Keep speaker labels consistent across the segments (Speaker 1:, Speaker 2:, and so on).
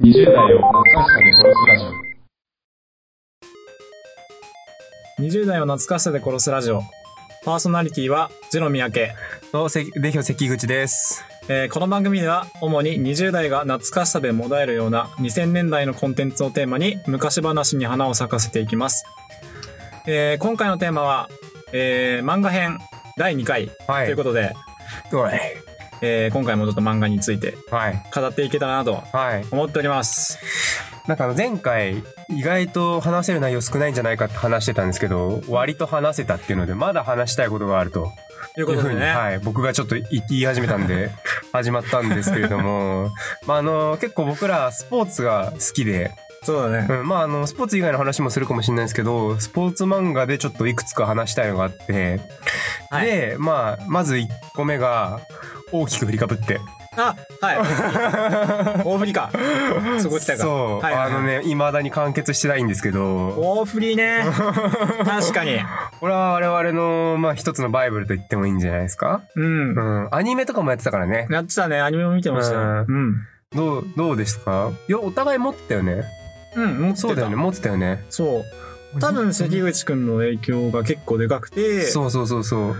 Speaker 1: 20代を懐かしさで殺すラジ
Speaker 2: 20代を懐かしさで殺すラジオパーソナリティはジェロミヤケ、
Speaker 3: どうせ、でひょ関口です。
Speaker 2: えーこの番組では主に20代が懐かしさでもだえるような2000年代のコンテンツをテーマに昔話に花を咲かせていきます、えー今回のテーマは、えー漫画編第2回
Speaker 3: は
Speaker 2: と
Speaker 3: い。
Speaker 2: いうことで、
Speaker 3: と
Speaker 2: えー今回もちょっと漫画について
Speaker 3: はい。
Speaker 2: 語っていけたらなと
Speaker 3: はい。
Speaker 2: 思っております
Speaker 3: なんかあの前回、意外と話せる内容少ないんじゃないかって話してたんですけど、割と話せたっていうので、まだ話したいことがあると
Speaker 2: という
Speaker 3: い
Speaker 2: こ
Speaker 3: う
Speaker 2: と
Speaker 3: ふ
Speaker 2: で
Speaker 3: うに、
Speaker 2: ね、
Speaker 3: はい。僕がちょっと言い始めたん で、始まったんですけれども、まああの、結構僕らスポーツが好きで、
Speaker 2: そうだね
Speaker 3: うん、まああのスポーツ以外の話もするかもしれないですけどスポーツ漫画でちょっといくつか話したいのがあって、
Speaker 2: はい
Speaker 3: で、まあ、まず1個目が大きく振りか ぶって
Speaker 2: あはい大振りか そこ来たか
Speaker 3: そう、
Speaker 2: はいはいはい
Speaker 3: あのねいまだに完結してないんです けど
Speaker 2: 大振りね確かに
Speaker 3: これは我々の、まあ、一つのバイブルと言ってもいいんじゃないですか、
Speaker 2: うん
Speaker 3: うん、アニメとかもやってたからね
Speaker 2: やってたねアニメも見てましたよ
Speaker 3: う
Speaker 2: うん
Speaker 3: どうどうですかいやお互い持ってたよね
Speaker 2: うん、持ってた
Speaker 3: そうだよね持ってたよね
Speaker 2: そう。多分関口くんの影響が結構でかくて、
Speaker 3: そうそうそうそう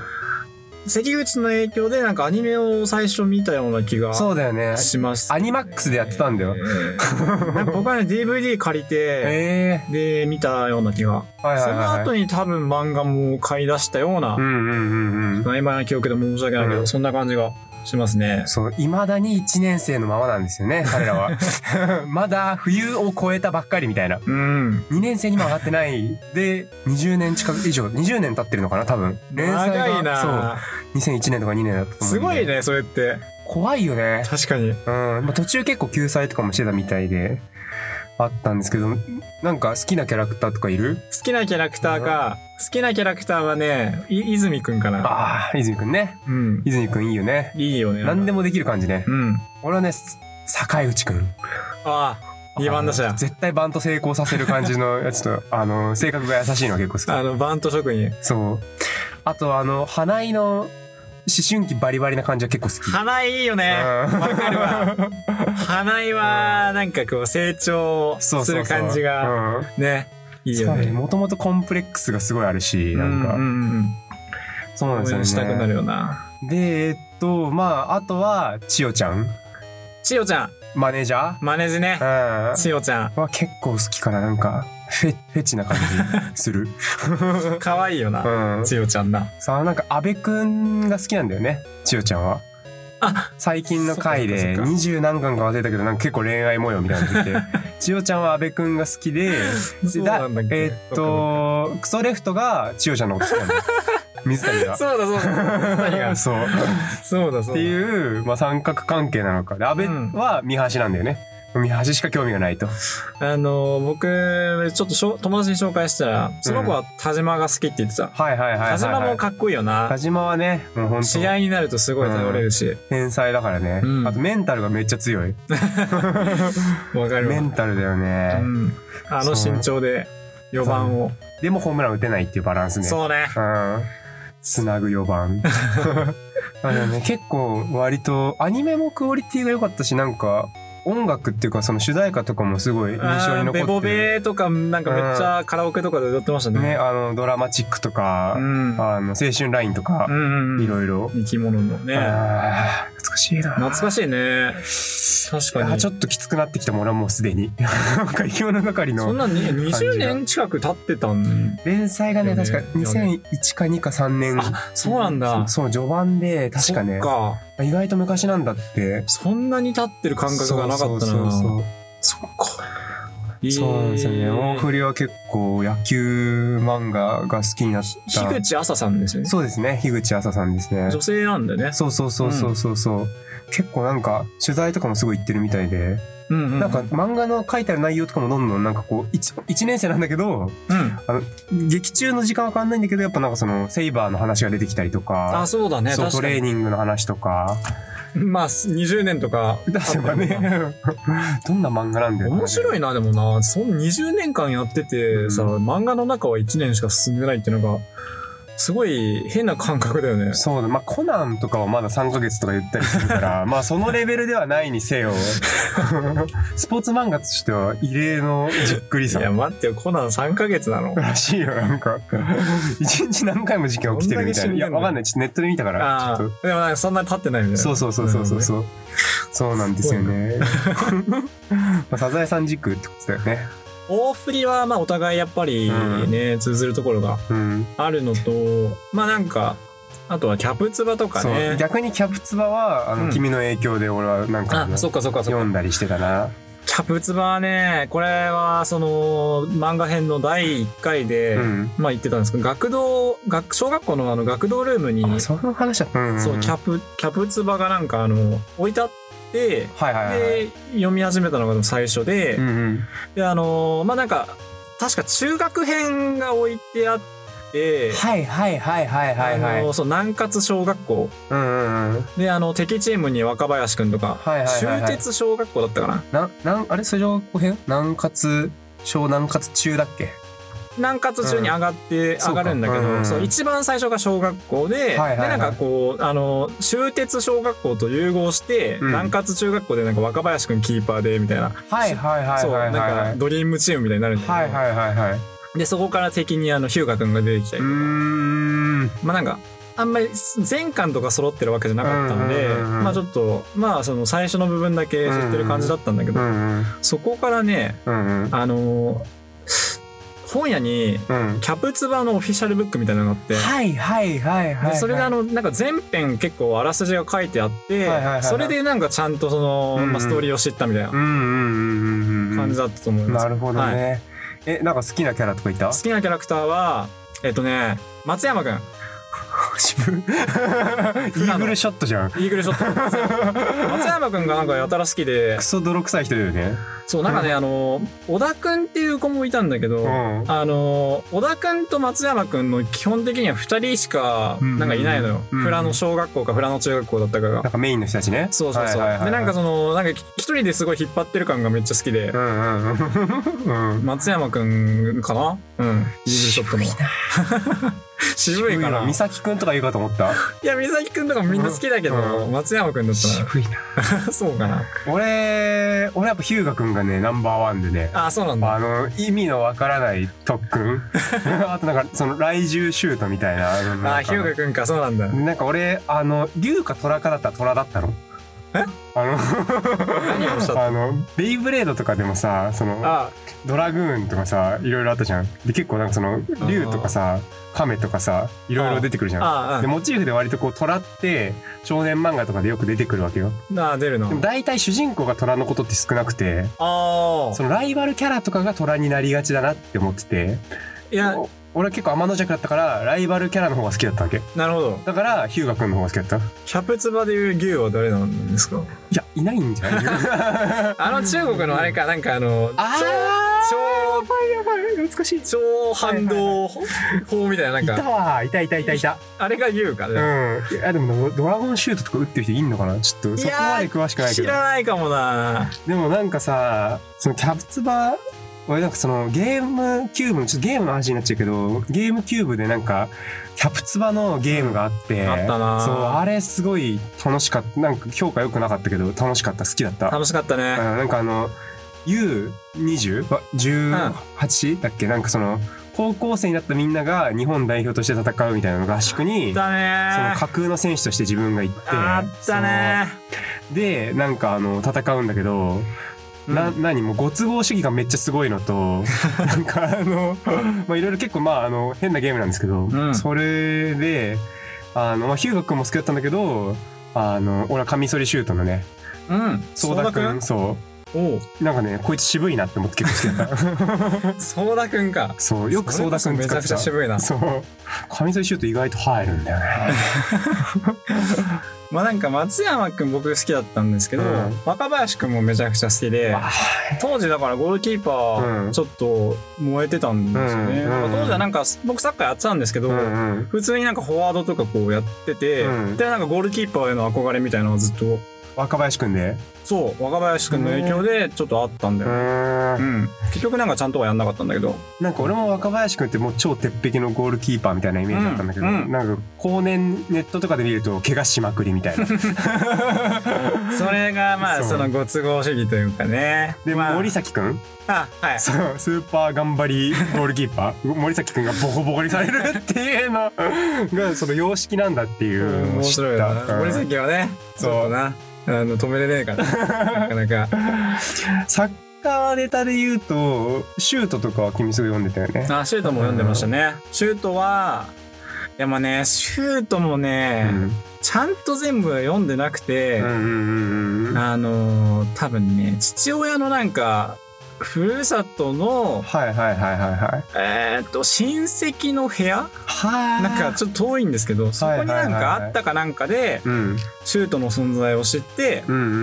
Speaker 2: 関口の影響でなんかアニメを最初見たような気が
Speaker 3: そうだよね
Speaker 2: します、
Speaker 3: アニマックスでやってたんだよ
Speaker 2: えーなんか僕はね、DVD 借りて、
Speaker 3: え
Speaker 2: で、見たような気が。
Speaker 3: えはいは
Speaker 2: そ
Speaker 3: いはい、
Speaker 2: の
Speaker 3: はい、
Speaker 2: 後に多分漫画も買い出したような
Speaker 3: う、んうんうんうん。
Speaker 2: 曖昧な記憶で申し訳ないけ
Speaker 3: う
Speaker 2: ど、
Speaker 3: ん
Speaker 2: そんな感じがしますね。
Speaker 3: そう、未だに1年生のままなんですよね、彼 らは。まだ冬を越えたばっかりみたいな。
Speaker 2: うん。
Speaker 3: 2年生にも上がってない。で、20年近く以上、20年経ってるのかな、多分。連載が
Speaker 2: 長いな
Speaker 3: そう、2001年とか2年だったと思うんです
Speaker 2: ごい。ね、それって。
Speaker 3: 怖いよね。
Speaker 2: 確かに。
Speaker 3: うん。まあ、途中結構救済とかもしてたみたいで、あったんですけど、なんか好きなキャラクターとかいる
Speaker 2: 好きなキャラクターか、好きなキャラクターはね、い泉くんかな。
Speaker 3: ああ、泉くんね。
Speaker 2: うん。
Speaker 3: 泉くんいいよね。
Speaker 2: いいよね。
Speaker 3: 何で
Speaker 2: も。
Speaker 3: もできる感じね。
Speaker 2: うん。
Speaker 3: 俺はね、す坂井内くん。
Speaker 2: ああ、2番打者
Speaker 3: あの
Speaker 2: だ。
Speaker 3: 絶対バント成功させる感じのやつと、あの、性格が優しいのは結構
Speaker 2: あ
Speaker 3: 好
Speaker 2: の、バント職人。
Speaker 3: き。そう。あと、あの、花井の思春期バリバリな感じは結構好き。
Speaker 2: 花井いいよね。
Speaker 3: うん
Speaker 2: わかるわ。 花井は、なんかこう、成長
Speaker 3: そう
Speaker 2: す
Speaker 3: そうそう
Speaker 2: る感じが、。
Speaker 3: うん
Speaker 2: ね、いい
Speaker 3: そ
Speaker 2: よ
Speaker 3: うね
Speaker 2: ね。
Speaker 3: もともとコンプレックスがすごいあるし、
Speaker 2: う
Speaker 3: なん
Speaker 2: んう
Speaker 3: か、
Speaker 2: んうん。
Speaker 3: そうなん
Speaker 2: 応援
Speaker 3: です
Speaker 2: した
Speaker 3: よ
Speaker 2: くなる
Speaker 3: ね。
Speaker 2: よな。
Speaker 3: で、えっと、まあ、あとは、千代ちゃん。
Speaker 2: 千代ちゃん、
Speaker 3: マネージャ
Speaker 2: マネジね。
Speaker 3: ーうん。
Speaker 2: 千代ち ゃん、
Speaker 3: は結構好きかな、なんか、フェフェチな感じ する。
Speaker 2: 可愛いよ
Speaker 3: う
Speaker 2: な。
Speaker 3: ん。
Speaker 2: 千代ちゃんな。
Speaker 3: さあなんか阿部くんが好きなんだよね千代ちゃんは。
Speaker 2: あ
Speaker 3: 最近の回
Speaker 2: そっか
Speaker 3: で
Speaker 2: そっか
Speaker 3: 二十何巻か忘れたけどなんか結構恋愛模様みたいな の出て千代ちゃんは阿部くんが好きで
Speaker 2: そうなんだっけ
Speaker 3: えーっとクソレフトが千代ちゃんのこと好きなんだ よ水谷が。
Speaker 2: そうだそうだ。 何が
Speaker 3: そう
Speaker 2: そうだそうだ。
Speaker 3: って
Speaker 2: う。
Speaker 3: いう、まあ、三角関係なのかで阿部
Speaker 2: うん
Speaker 3: は三橋なんだよね。三橋しか興味がないと。
Speaker 2: あの僕、ちょっとしょ友達に紹介したら、その子は田島が好きって言ってた。
Speaker 3: はいはいはいはい、はい。
Speaker 2: 田島もかっこいいよ
Speaker 3: 田
Speaker 2: な。
Speaker 3: 島はね、もう本
Speaker 2: 試
Speaker 3: 当
Speaker 2: 合になるとすごい頼れるし。
Speaker 3: 天才だからね、
Speaker 2: うん
Speaker 3: あとメンタルがめっちゃ強い。
Speaker 2: わかるわ
Speaker 3: メ。ンタルだよね。
Speaker 2: うんあの身長で4番を。
Speaker 3: でもホームラン打てないっていうバランスね。
Speaker 2: そうね。
Speaker 3: うん。つなぐ4番。 あのね、結構割とアニメもクオリティが良かったし、なんか音楽っていうかその主題歌とかもすごい印象
Speaker 2: あ
Speaker 3: に
Speaker 2: ーベ
Speaker 3: 残
Speaker 2: ボ
Speaker 3: ってる。
Speaker 2: ベーとか、なんかめっちゃカラオケとかで歌ってました
Speaker 3: ね、
Speaker 2: ね。
Speaker 3: あのドラマチックとか、
Speaker 2: うん。うん
Speaker 3: あの青春ラインとか
Speaker 2: う、んうん
Speaker 3: いろいろ。
Speaker 2: 生き物のね。
Speaker 3: あー懐かしいな。
Speaker 2: 懐か
Speaker 3: しい。
Speaker 2: しいね。確か
Speaker 3: あ
Speaker 2: に。
Speaker 3: ちょっときつくなってきたもん俺はもうすで に。なんか生き物係
Speaker 2: そん
Speaker 3: の。
Speaker 2: なね、
Speaker 3: じが
Speaker 2: 20年近く経ってたん
Speaker 3: 連載がね、
Speaker 2: だ
Speaker 3: 確か
Speaker 2: よね
Speaker 3: 2001か2か3年。
Speaker 2: あ、そうなんだ。
Speaker 3: そう、そう序盤で、確かね。
Speaker 2: そっか。
Speaker 3: 意外と昔なんだって
Speaker 2: そんなに経ってる感覚がなかったな。
Speaker 3: そうそうそうそう
Speaker 2: そっか。
Speaker 3: そうなんですよ
Speaker 2: え
Speaker 3: ね
Speaker 2: ー
Speaker 3: 大振は結構野球漫画が好きになった
Speaker 2: 樋口朝さんですよね。
Speaker 3: そうですね樋口朝さんですね
Speaker 2: 女性なんだよね。
Speaker 3: そうそうそうそうそうそう結構なんか取材とかもすごい行ってるみたいで、
Speaker 2: うんうん。
Speaker 3: なんか漫画の書いてある内容とかもどんどんなんかこう 1, 年生なんだけど
Speaker 2: うん。
Speaker 3: 劇中の時間は変わんないんだけどやっぱなんかそのセイバーの話が出てきたりと
Speaker 2: あ、
Speaker 3: か
Speaker 2: そうだね。
Speaker 3: そう
Speaker 2: 確
Speaker 3: ト
Speaker 2: か
Speaker 3: レー
Speaker 2: に。
Speaker 3: ニングの話とか
Speaker 2: まあ、20年とか。
Speaker 3: 出せ ば
Speaker 2: 経ってるのか
Speaker 3: ねどんな漫画なんだよ
Speaker 2: 面白いな、でもな。その20年間やっててさ、
Speaker 3: う
Speaker 2: 漫画の中は1年しか進んでないっていうのが、すごい変な感覚だよね。
Speaker 3: そうだ、まあ、コナンとかはまだ3ヶ月とか言ったりす るから、まあ、そのレベルではないにせよ、スポーツ漫画としては異例のじっくり
Speaker 2: い
Speaker 3: さ。
Speaker 2: や、待ってよ、コナン3ヶ月なの
Speaker 3: らしいよ、なんか。一日何回も事件起きてるみたいな。
Speaker 2: どんだけ死んでん
Speaker 3: い
Speaker 2: の
Speaker 3: や、わかんない。ちょっとネットで見たから、
Speaker 2: あ
Speaker 3: ちょっ
Speaker 2: あ、でもなんかそんなに経ってないみたい
Speaker 3: と。
Speaker 2: な。
Speaker 3: そうそうそうそうそう
Speaker 2: なるほ
Speaker 3: そう。そうなんですよね。 まあ、サザエさん軸ってことだよね。
Speaker 2: どね。大振りは、まあ、お互いやっぱりね、通ずるところが
Speaker 3: うん。
Speaker 2: あるのと、まあなんか、あとはキャプツバとか
Speaker 3: そう
Speaker 2: ね。
Speaker 3: 逆にキャプツバはあの、
Speaker 2: うん
Speaker 3: 君の影響で俺はなんか
Speaker 2: あ、そっかそっかそっ
Speaker 3: 読
Speaker 2: か。
Speaker 3: んだりしてたな。
Speaker 2: キャプツバはね、これは、その、漫画編の第1回で、
Speaker 3: うん。
Speaker 2: まあ言ってたんですけど、学童、学小学校のあの学童ルームに、
Speaker 3: あ、その話だった。んん
Speaker 2: そう、キャプ、キャプツバがなんかあの、置いてあって、
Speaker 3: はいはいはい。
Speaker 2: で、読み始めたのが最初で、
Speaker 3: うんうん。
Speaker 2: で、あのーまあ、なんか、確か中学編が置いてあって、
Speaker 3: はいはいはいはいはいはい。
Speaker 2: あ
Speaker 3: う
Speaker 2: の
Speaker 3: ん
Speaker 2: ーそう、南葛小学校。
Speaker 3: うんうん。
Speaker 2: で、あの、敵チームに若林くんとか、
Speaker 3: はいはいはいはい
Speaker 2: 終鉄小学校だったかな。
Speaker 3: な、なん、あれ、それ上後編南葛、小南葛中だっけ
Speaker 2: 南葛中に上がって、
Speaker 3: そう
Speaker 2: 上
Speaker 3: か
Speaker 2: がるんだけど、
Speaker 3: うんうん
Speaker 2: そう、一番最初が小学校で、
Speaker 3: はいはいはい
Speaker 2: で、なんかこう、あのー、終鉄小学校と融合して、
Speaker 3: うん
Speaker 2: 南葛中学校でなんか若林くんキーパーで、みたいな。
Speaker 3: はいはいはい
Speaker 2: そう、
Speaker 3: は
Speaker 2: ないん
Speaker 3: はいは
Speaker 2: か
Speaker 3: い。
Speaker 2: ドリームチームみたいになるんだけど
Speaker 3: はいはいはいはい。
Speaker 2: で、そこから敵にあの、ヒューガくんが出てきた
Speaker 3: う
Speaker 2: り
Speaker 3: ー
Speaker 2: とか。
Speaker 3: ん。
Speaker 2: まあなんか、あんまり全巻とか揃ってるわけじゃなかったんで、
Speaker 3: うんうんうんうん
Speaker 2: まあちょっと、まあその最初の部分だけ知ってる感じだったんだけ
Speaker 3: う
Speaker 2: ど、
Speaker 3: んうん。
Speaker 2: そこからね、
Speaker 3: うんうん。
Speaker 2: あのー本屋に
Speaker 3: うん。
Speaker 2: キャプツバのオフィシャルブックみたいなのがあって、
Speaker 3: はいはいはいはい。
Speaker 2: でそれがあ
Speaker 3: の、
Speaker 2: の、なんか全編結構あらすじが書いてあって、
Speaker 3: はいはいはいはい
Speaker 2: それでなんかちゃんとその、
Speaker 3: うんうん
Speaker 2: まあ、ストーリーを知ったみたいな
Speaker 3: うんうんうんうんうん。
Speaker 2: 感じだったと思います。
Speaker 3: なるほどね。え、なんか好きなキャラとかいた
Speaker 2: 好きなキャラクターは、えっとね、松山くん。
Speaker 3: 渋い イーグルショットじゃん。
Speaker 2: イーグルショット。 松山くんがなんかやたら好きで
Speaker 3: ク、ソ泥臭い人だよね。
Speaker 2: そう、なんかね、あの、小田くんっていう子もいたんだけど、
Speaker 3: うん。
Speaker 2: あの、小田くんと松山くんの基本的には二人しか、
Speaker 3: うん
Speaker 2: なんかいないのよ。
Speaker 3: うん
Speaker 2: フラの小学校かフラの中学校だったか
Speaker 3: なん
Speaker 2: が。
Speaker 3: かメインの人たちね。
Speaker 2: そうそうそう。
Speaker 3: はいはいはいはい
Speaker 2: で、なんかその、なんか一人ですごい引っ張ってる感がめっちゃ好きで
Speaker 3: う、んうんうん。うん。
Speaker 2: 松山くんかなうん。イーグルショットの。渋いかな。
Speaker 3: 美咲くんとか言うかと思った。
Speaker 2: いや、水崎くんとかもみんな好きだけど、
Speaker 3: うん
Speaker 2: 松山くんだった
Speaker 3: いな。
Speaker 2: ら、そうかな。
Speaker 3: 俺、俺やっぱヒューガくんがね、ナンバーワンでね。
Speaker 2: あ、そうなんだ。
Speaker 3: あの、意味のわからない特訓。あとなんか、その、雷獣シュートみたいな。あの
Speaker 2: あ、ヒューガくんか、そうなんだ。
Speaker 3: なんか俺、あの、竜か虎かだったら虎だったの。
Speaker 2: え
Speaker 3: あの、
Speaker 2: 何をおっしゃった
Speaker 3: あの、ベイブレードとかでもさ、その、
Speaker 2: あ、
Speaker 3: ドラグーンとかさ、いろいろあったじゃん。で、結構なんかその、竜とかさ、亀とかさ、いろいろ出てくるじゃん。
Speaker 2: あ
Speaker 3: で、モチーフで割とこう、虎って、少年漫画とかでよく出てくるわけよ。
Speaker 2: あ、ああ、出るの
Speaker 3: でも。大体主人公が虎のことって少なくて、
Speaker 2: ああ
Speaker 3: そ。のライバルキャラとかが虎になりがちだなって思ってて、
Speaker 2: いや、
Speaker 3: お俺は結構天の弱だったから、ライバルキャラの方が好きだったわけ。
Speaker 2: なるほど。
Speaker 3: だから、ヒューガ君の方が好きだった。い
Speaker 2: キャプツバでいう牛は誰なんですか
Speaker 3: や、いないんじゃない
Speaker 2: あの中国のあれか、なんかあの、
Speaker 3: あ
Speaker 2: 超、
Speaker 3: ーやばいやばい、美しい。
Speaker 2: 超、超反動法みたいな、なん
Speaker 3: い
Speaker 2: か、
Speaker 3: たわ、いたいたいたいた。
Speaker 2: あれが牛か
Speaker 3: うん。い
Speaker 2: ね。
Speaker 3: や、でもドラゴンシュートとか打ってる人いんのかなちょっと、そこまで詳しくないけ
Speaker 2: 知
Speaker 3: ど。
Speaker 2: らないかもな
Speaker 3: でもなんかさ、そのキャプツバ、俺なんかそのゲームキューブの、ちょっとゲームの話になっちゃうけど、ゲームキューブでなんか、キャプツバのゲームがあって、
Speaker 2: あったな
Speaker 3: そう、あれすごい楽しかった。なんか評価良くなかったけど、楽しかった。好きだった。
Speaker 2: 楽しかった
Speaker 3: うん
Speaker 2: ね。
Speaker 3: なんかあの、U20? わ 18?、だっけなんかその、高校生になったみんなが日本代表として戦うみたいなの合宿に、そ
Speaker 2: だ
Speaker 3: の
Speaker 2: ね
Speaker 3: 架空の選手として自分が行って、
Speaker 2: あったね
Speaker 3: でなんかあの戦うんだけど、な何もうご都合主義がめっちゃすごいの となんかあのまあいろいろ結構まああの変なゲームなんですけど、
Speaker 2: ん
Speaker 3: それであの、まあ、ヒューガ君も好きだったんだけどあの俺はカミソリシュートのね
Speaker 2: うん。
Speaker 3: ソ
Speaker 2: ソー
Speaker 3: ーダ
Speaker 2: ダく
Speaker 3: 君
Speaker 2: ん
Speaker 3: そ
Speaker 2: おう。
Speaker 3: うなんかねこいつ渋いなって思って結構好きだ った
Speaker 2: ソーダくんか。
Speaker 3: そうよくソーダ君
Speaker 2: めち
Speaker 3: 使
Speaker 2: ゃく
Speaker 3: って
Speaker 2: ちゃ
Speaker 3: た
Speaker 2: 渋いな。
Speaker 3: そうカミソリシュート意外と入るんだよね
Speaker 2: まあなんか松山くん僕好きだったんですけど、
Speaker 3: うん
Speaker 2: 若林くんもめちゃくちゃ好きで、
Speaker 3: わ
Speaker 2: 当時だからゴールキーパ
Speaker 3: うん
Speaker 2: ーちょっと燃えてたんですよね。
Speaker 3: うん
Speaker 2: なんか当時はなんか僕サッカーやってたんですけど、
Speaker 3: うんうん
Speaker 2: 普通になんかフォワードとかこうやってて、
Speaker 3: うん
Speaker 2: でなんかゴールキーパーへの憧れみたいなのをずっと
Speaker 3: 若林くんで。
Speaker 2: そう若林くんの影響でちょっとあったんだ
Speaker 3: う
Speaker 2: よ、ね
Speaker 3: ー。
Speaker 2: うんん、結局なんかちゃんとはやんなかったんだけど
Speaker 3: なんか俺も若林くんってもう超鉄壁のゴールキーパーみたいなイメージだったんだけど、
Speaker 2: うんうん
Speaker 3: なんか後年ネットとかで見ると怪我しまくり みたいな。
Speaker 2: それがまあ
Speaker 3: そう
Speaker 2: そのご都合主義というかね
Speaker 3: で、
Speaker 2: まあ、
Speaker 3: 森崎くん
Speaker 2: あはい
Speaker 3: そう、スーパー頑張りゴールキーパー森崎くんがボコボコにされるっていうのが、その様式なんだっていうのを
Speaker 2: 面
Speaker 3: 知った
Speaker 2: 白いよな森
Speaker 3: うん
Speaker 2: 崎はね
Speaker 3: そ
Speaker 2: そううなあの止めれねえからな かなか
Speaker 3: サッカーネタで言うと、シュートとかは君すぐ読んでたよね。
Speaker 2: あシュートも読んでましたね、シュートはいやまあねシュートも
Speaker 3: う
Speaker 2: ね、
Speaker 3: ん。
Speaker 2: ちゃんと全部読んでなくて、
Speaker 3: うんうんうんうん。は
Speaker 2: あのー多分ね父親のなんかふるさとの
Speaker 3: いはいはいはいはい。
Speaker 2: えーっと親戚の部屋
Speaker 3: は
Speaker 2: なんかちょっと遠いんですけどそこになん
Speaker 3: はいはい
Speaker 2: か
Speaker 3: はい
Speaker 2: あったかなんかで
Speaker 3: うん。
Speaker 2: シュートの存在を知って
Speaker 3: うんうんうんう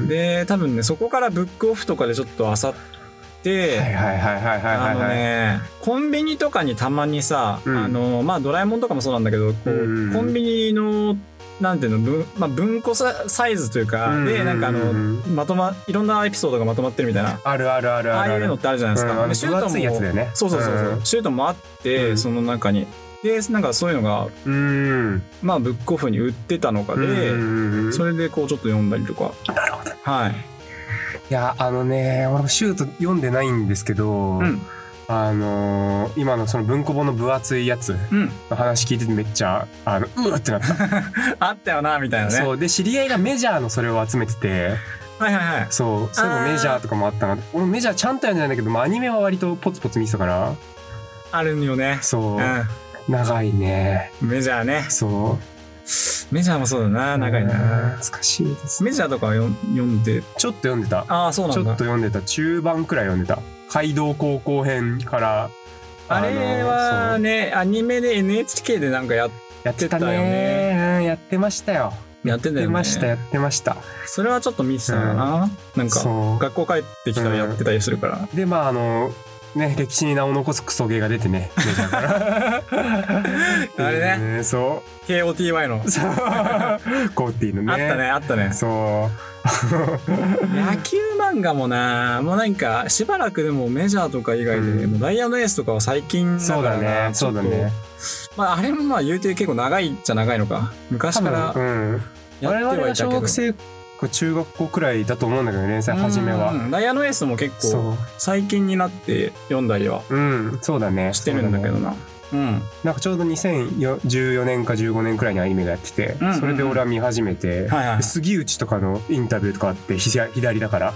Speaker 3: ん。
Speaker 2: で多分ねそこからブックオフとかでちょっとあさっ
Speaker 3: はい
Speaker 2: て。
Speaker 3: はいはいはいはいは
Speaker 2: あ
Speaker 3: い
Speaker 2: の
Speaker 3: はい。
Speaker 2: ね、コンビニとかにたまにさ、
Speaker 3: うん
Speaker 2: あのまあ、ドラえもんとかもそうなんだけどこう、
Speaker 3: うんうんうん
Speaker 2: コンビニのなんていうの文,、まあ、文庫ササイズというか、
Speaker 3: うんうんうんうん
Speaker 2: でなんかあのまとまいろんなエピソードがまとまってるみたいな
Speaker 3: あるあるある
Speaker 2: あ
Speaker 3: あ
Speaker 2: あ
Speaker 3: る
Speaker 2: い
Speaker 3: あ
Speaker 2: うのっ
Speaker 3: る。
Speaker 2: てあるじゃないです
Speaker 3: うんあ
Speaker 2: か。
Speaker 3: の
Speaker 2: でシュート
Speaker 3: 分厚いやつだよね
Speaker 2: もそうそうそうそううんシュートもあって、
Speaker 3: うん
Speaker 2: その中にでなんかそういうのが
Speaker 3: うん。
Speaker 2: まあブックオフに売ってたのか
Speaker 3: うん
Speaker 2: で、
Speaker 3: うんうんうん
Speaker 2: それでこうちょっと読んだりとか。はい。
Speaker 3: いや、あのね、俺もシュート読んでないんですけど、
Speaker 2: うん
Speaker 3: あのー今のその文庫本の分厚いやつ
Speaker 2: うん。
Speaker 3: の話聞いててめっちゃ、あの、うわってなった。
Speaker 2: あったよなみたいなね。
Speaker 3: そう。で、知り合いがメジャーのそれを集めてて、
Speaker 2: はいはいはい。
Speaker 3: そう。そういうのメジャーとかもあったな。俺メジャーちゃんとやんじゃないんだけど、まあアニメは割とポツポツ見てたから、
Speaker 2: あるんよね。
Speaker 3: そ
Speaker 2: う
Speaker 3: う。長いね。
Speaker 2: ん。メジャーね。
Speaker 3: そう。
Speaker 2: メジャーもそうだな長い
Speaker 3: うん
Speaker 2: な。
Speaker 3: 懐かしいです。
Speaker 2: メジャーとかは読ん読んで
Speaker 3: ちょっと読んでた。
Speaker 2: ああそう
Speaker 3: ち
Speaker 2: な
Speaker 3: ょっ
Speaker 2: ん
Speaker 3: と
Speaker 2: だ。
Speaker 3: 読んでた中盤くらい読んでた街道高校編から
Speaker 2: あ
Speaker 3: の
Speaker 2: れは
Speaker 3: そう
Speaker 2: ねアニメで NHK でなんかや
Speaker 3: やって
Speaker 2: やってた
Speaker 3: た
Speaker 2: よ
Speaker 3: ね
Speaker 2: ね
Speaker 3: うんやってましたよ
Speaker 2: やってたよ
Speaker 3: や
Speaker 2: ね。
Speaker 3: ってましたやってました
Speaker 2: それはちょっと見てたよな。なんか。
Speaker 3: そ
Speaker 2: 学校帰ってきたらやってたりするから、
Speaker 3: うでまああのね歴史に名を残すクソゲーが出てねメジャーから
Speaker 2: あれね
Speaker 3: うん そう
Speaker 2: KOTY の
Speaker 3: そうコーティーのね
Speaker 2: あったねあったね
Speaker 3: そう
Speaker 2: 野球漫画もなもうなんかしばらくでもメジャーとか以外で、
Speaker 3: うん
Speaker 2: もうダイヤのエースとかは最近
Speaker 3: そう
Speaker 2: か
Speaker 3: だ
Speaker 2: ら
Speaker 3: ね
Speaker 2: な
Speaker 3: そうだね
Speaker 2: ちょっとまああれもまあ言うて結構長いじゃ長いのか昔
Speaker 3: 多
Speaker 2: か
Speaker 3: 分
Speaker 2: ら
Speaker 3: う
Speaker 2: や
Speaker 3: ん
Speaker 2: っ
Speaker 3: 我
Speaker 2: て
Speaker 3: 々
Speaker 2: はい
Speaker 3: が
Speaker 2: た
Speaker 3: 小
Speaker 2: けど
Speaker 3: 学生か中学校くらいだと思うんだけど連載初め
Speaker 2: うんう
Speaker 3: は
Speaker 2: んダイヤのエースも結構
Speaker 3: そ
Speaker 2: 最近になって読んだりは
Speaker 3: ううんそうだね
Speaker 2: してるんだけど
Speaker 3: そうね
Speaker 2: なうん
Speaker 3: なんかちょうど2014年か15年くらいにアニメがやってて、
Speaker 2: うんうんうん
Speaker 3: それで俺は見始めて、
Speaker 2: はいはい
Speaker 3: 杉内とかのインタビューとかあって左左だから
Speaker 2: あ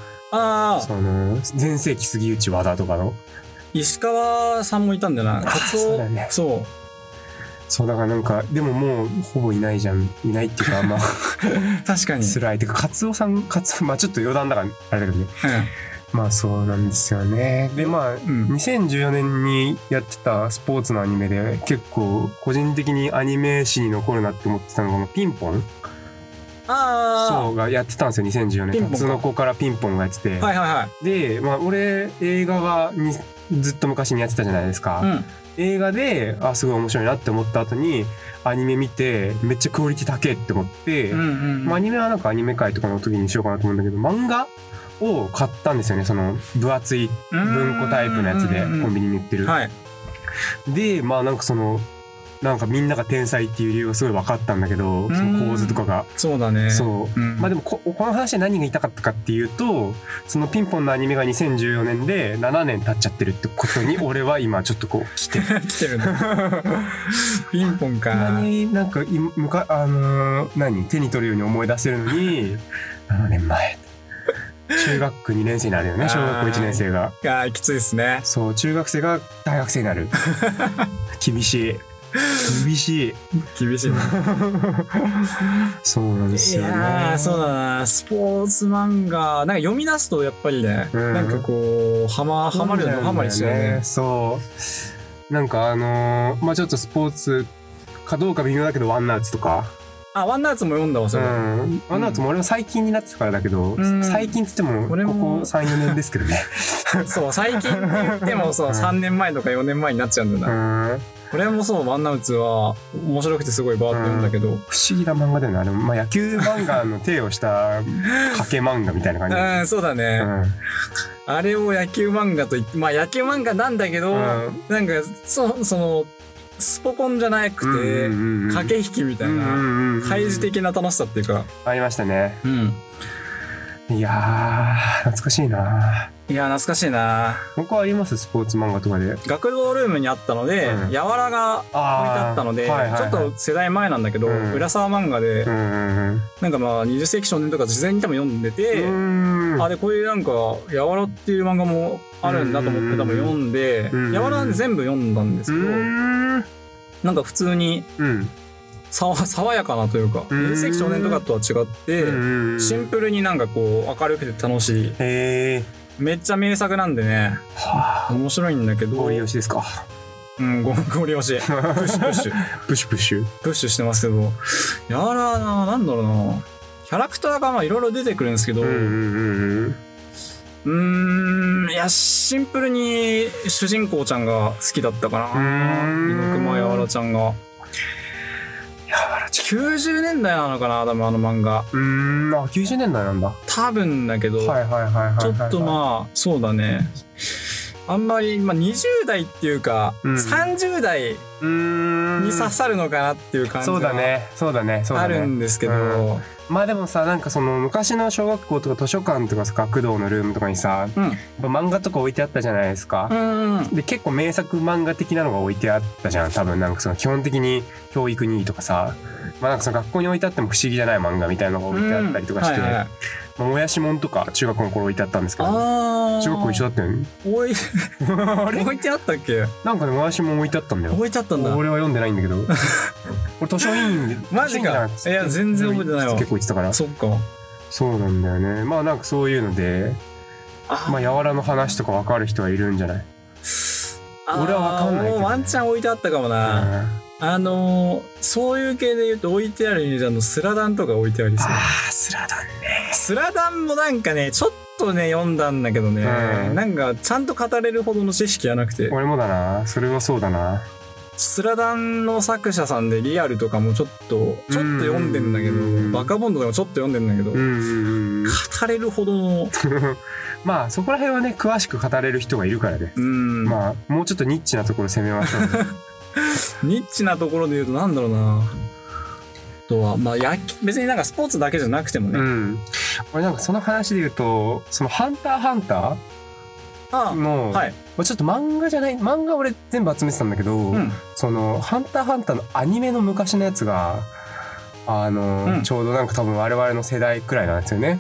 Speaker 2: あ
Speaker 3: その全盛期杉内和田とかの
Speaker 2: 石川さんもいたんだよなカツ
Speaker 3: そう
Speaker 2: オ
Speaker 3: だね
Speaker 2: そう
Speaker 3: そうだからなんかでももうほぼいないじゃんいないっていうかまあ
Speaker 2: 確かに、うん、
Speaker 3: 辛いてかカツオさんカツオまあちょっと余談だからあれだけどねまあそうなんですよねでまあ
Speaker 2: うん
Speaker 3: 2014年にやってたスポーツのアニメで結構個人的にアニメ史に残るなって思ってたのがピンポン
Speaker 2: ああ
Speaker 3: そうがやってたんですよ2014
Speaker 2: ピンポン
Speaker 3: 年
Speaker 2: か
Speaker 3: タツノコからピンポンがやってて、
Speaker 2: はいはいはい
Speaker 3: で、まあ、俺映画はにずっと昔にやってたじゃないですか、
Speaker 2: うん、
Speaker 3: 映画であすごい面白いなって思った後にアニメ見てめっちゃクオリティ高えって思って、
Speaker 2: うんうん
Speaker 3: まあ、アニメはなんかアニメ界とかの時にしようかなと思うんだけど漫画を買ったんですよねその分厚い文庫タイプのやつでコ
Speaker 2: うんうんうん
Speaker 3: ンビニに売ってる、
Speaker 2: はい
Speaker 3: でまあなんかそのなんかみんなが天才っていう理由がすごい分かったんだけどその構図とかが、
Speaker 2: そうだねう、
Speaker 3: そう
Speaker 2: うん、
Speaker 3: まあでもここの話で何が言いたかったかっていうとそのピンポンのアニメが2014年で7年経っちゃってるってことに俺は今ちょっとこう来て
Speaker 2: 来てる ねピンポン
Speaker 3: こんな
Speaker 2: か
Speaker 3: になんかいむか、あのー何手に取るように思い出せるのに7年前中学2年生になるよね小学校1年生が
Speaker 2: あーきついですね
Speaker 3: そう中学生が大学生にな る厳しい厳しい
Speaker 2: 厳しいな
Speaker 3: そうなんです
Speaker 2: い
Speaker 3: よね
Speaker 2: やーそうだなスポーツ漫画なんか読み出すとやっぱりね、
Speaker 3: うん
Speaker 2: なんかこうハマハマるよねハマりし
Speaker 3: す
Speaker 2: ちゃうね
Speaker 3: そう。なんかあのーまあちょっとスポーツかどうか微妙だけど、ワンナウツとか。
Speaker 2: あワンナーツも読んだわ
Speaker 3: う
Speaker 2: そ
Speaker 3: ん。
Speaker 2: れ、
Speaker 3: ワンナウツも俺も最近になってたからだけど、
Speaker 2: うん
Speaker 3: 最近っつっても、ここ
Speaker 2: 俺も
Speaker 3: 3、4 年ですけどね。
Speaker 2: そう最近って言ってもそう
Speaker 3: うん
Speaker 2: 3年前とか4年前になっちゃうんだ
Speaker 3: う
Speaker 2: な、
Speaker 3: ん。
Speaker 2: 俺もそう、ワンナウツは面白くてすごいバーって読んだけど、
Speaker 3: 不思議な漫画だよね。あれ、まあ、野球漫画の手をした賭け漫画みたいな感じだよ
Speaker 2: あ
Speaker 3: ね。
Speaker 2: あ そうだね、あれを野球漫画と言って、まあ野球漫画なんだけど、
Speaker 3: うん
Speaker 2: なんか、そ、その、スポコンじゃな
Speaker 3: うん。
Speaker 2: くて、駆け引きみたいな、
Speaker 3: な
Speaker 2: 開示的な楽しさっていうか、
Speaker 3: ありましたね。
Speaker 2: うん。
Speaker 3: いやー、懐かしいな。
Speaker 2: いや、懐かしいな
Speaker 3: 僕はありますスポーツ漫画とかで。
Speaker 2: 学童ルームにあったので、
Speaker 3: うん
Speaker 2: やわらが置いてあったので、
Speaker 3: はいはいはい
Speaker 2: ちょっと世代前なんだけど、
Speaker 3: うん
Speaker 2: 浦沢漫画で、
Speaker 3: うんうん
Speaker 2: なんかまあ20世紀少年とか事前に多分読んでて、
Speaker 3: うん。うん
Speaker 2: あ、で、こういうなんか、やわらっていう漫画もあるんだと思って多分読んで
Speaker 3: う、ん
Speaker 2: やわらなんで全部読んだんです
Speaker 3: う
Speaker 2: けど、
Speaker 3: ん。
Speaker 2: なんか普通に
Speaker 3: うん。
Speaker 2: さわ 爽やかなというか
Speaker 3: うん
Speaker 2: 遠赤少年とかとは違って
Speaker 3: うん
Speaker 2: シンプルになんかこう明るくて楽しい
Speaker 3: へえ。
Speaker 2: めっちゃ名作なんでね
Speaker 3: はあ。
Speaker 2: 面白いんだけど
Speaker 3: ゴリ押しですか。
Speaker 2: うんごご利用 しプッシュプッシュ
Speaker 3: プシュプシュ。
Speaker 2: プッシュしてますけどやらななんだろうなキャラクターがまあいろいろ出てくるんですけど
Speaker 3: うん
Speaker 2: う
Speaker 3: うんう
Speaker 2: ー
Speaker 3: ん。
Speaker 2: んいやシンプルに主人公ちゃんが好きだったかな
Speaker 3: うん
Speaker 2: 猪熊やわらちゃんが90年代なのかな多分あの漫画
Speaker 3: うん。あ、90年代なんだ。は
Speaker 2: 多分だけど、
Speaker 3: いはいはいはいはいはい。
Speaker 2: ちょっとまあそうだねあんまり、まあ、20代っていうか、
Speaker 3: うん
Speaker 2: 30代に
Speaker 3: うーん
Speaker 2: 刺さるのかなっていう感じ
Speaker 3: そうだ
Speaker 2: が
Speaker 3: ねそうだねそう
Speaker 2: あ
Speaker 3: だ
Speaker 2: る
Speaker 3: ね
Speaker 2: んですけど、
Speaker 3: うまあでもさなんかその昔の小学校とか図書館とかさ学童のルームとかにさ
Speaker 2: うん
Speaker 3: やっぱ漫画とか置いてあったじゃないですか、
Speaker 2: うん
Speaker 3: で結構名作漫画的なのが置いてあったじゃん多分なんかその基本的に教育にいいとかさまあなんかその学校に置いてあっても不思議じゃない漫画みたいなのが置いてあったりとかして、
Speaker 2: はいはい
Speaker 3: まあ、もやしもんとか中学校の頃置いてあったんですけど中
Speaker 2: ああ
Speaker 3: 学校一緒だったよね
Speaker 2: 置い
Speaker 3: あれ
Speaker 2: 置いてあったっけ
Speaker 3: なんかねもやしもん置いてあったんだよ
Speaker 2: 置いてあったんだ
Speaker 3: 俺は読んでないんだけど俺図書委員で
Speaker 2: マジか
Speaker 3: 図書委員じゃなく
Speaker 2: いや全然覚えてないわ
Speaker 3: 結構言ってたから
Speaker 2: そっか
Speaker 3: そうなんだよねまあなんかそういうのでまあ
Speaker 2: あ
Speaker 3: 柔らの話とか分かる人はいるんじゃない
Speaker 2: ー
Speaker 3: 俺はわかんないけどね
Speaker 2: もうワンチャン置いてあったかもな、
Speaker 3: あ
Speaker 2: あのーそういう系で言うと置いてあるイメージあのスラダンとか置いてありそう
Speaker 3: あスラダン
Speaker 2: スラダンもなんかね、ちょっとね、読んだんだけどね、
Speaker 3: うん
Speaker 2: なんか、ちゃんと語れるほどの知識はなくて、
Speaker 3: 俺もだなそれはそうだな
Speaker 2: スラダンの作者さんでリアルとかもちょっと、ちょっと読んでんだけ
Speaker 3: うん
Speaker 2: ど、バカボンドとかもちょっと読んでんだけど、
Speaker 3: う
Speaker 2: 語
Speaker 3: んうんうん
Speaker 2: れるほどの、
Speaker 3: まあそこら辺はね詳しく語れる人がいるからね
Speaker 2: うん、
Speaker 3: まあもうちょっとニッチなところ攻めましょうね
Speaker 2: ニッチなところで言うとなんだろうな。あとは、まあ、野球別になんかスポーツだけじゃなくてもね。
Speaker 3: うん俺なんかその話で言うとその「ハンターハンター」
Speaker 2: あ
Speaker 3: の、
Speaker 2: はい。
Speaker 3: まあちょっと漫画じゃない漫画俺全部集めてたんだけど、
Speaker 2: うん。
Speaker 3: その「ハンターハンター」のアニメの昔のやつがあの、
Speaker 2: うん
Speaker 3: ちょうどなんか多分我々の世代くらいなんですよね。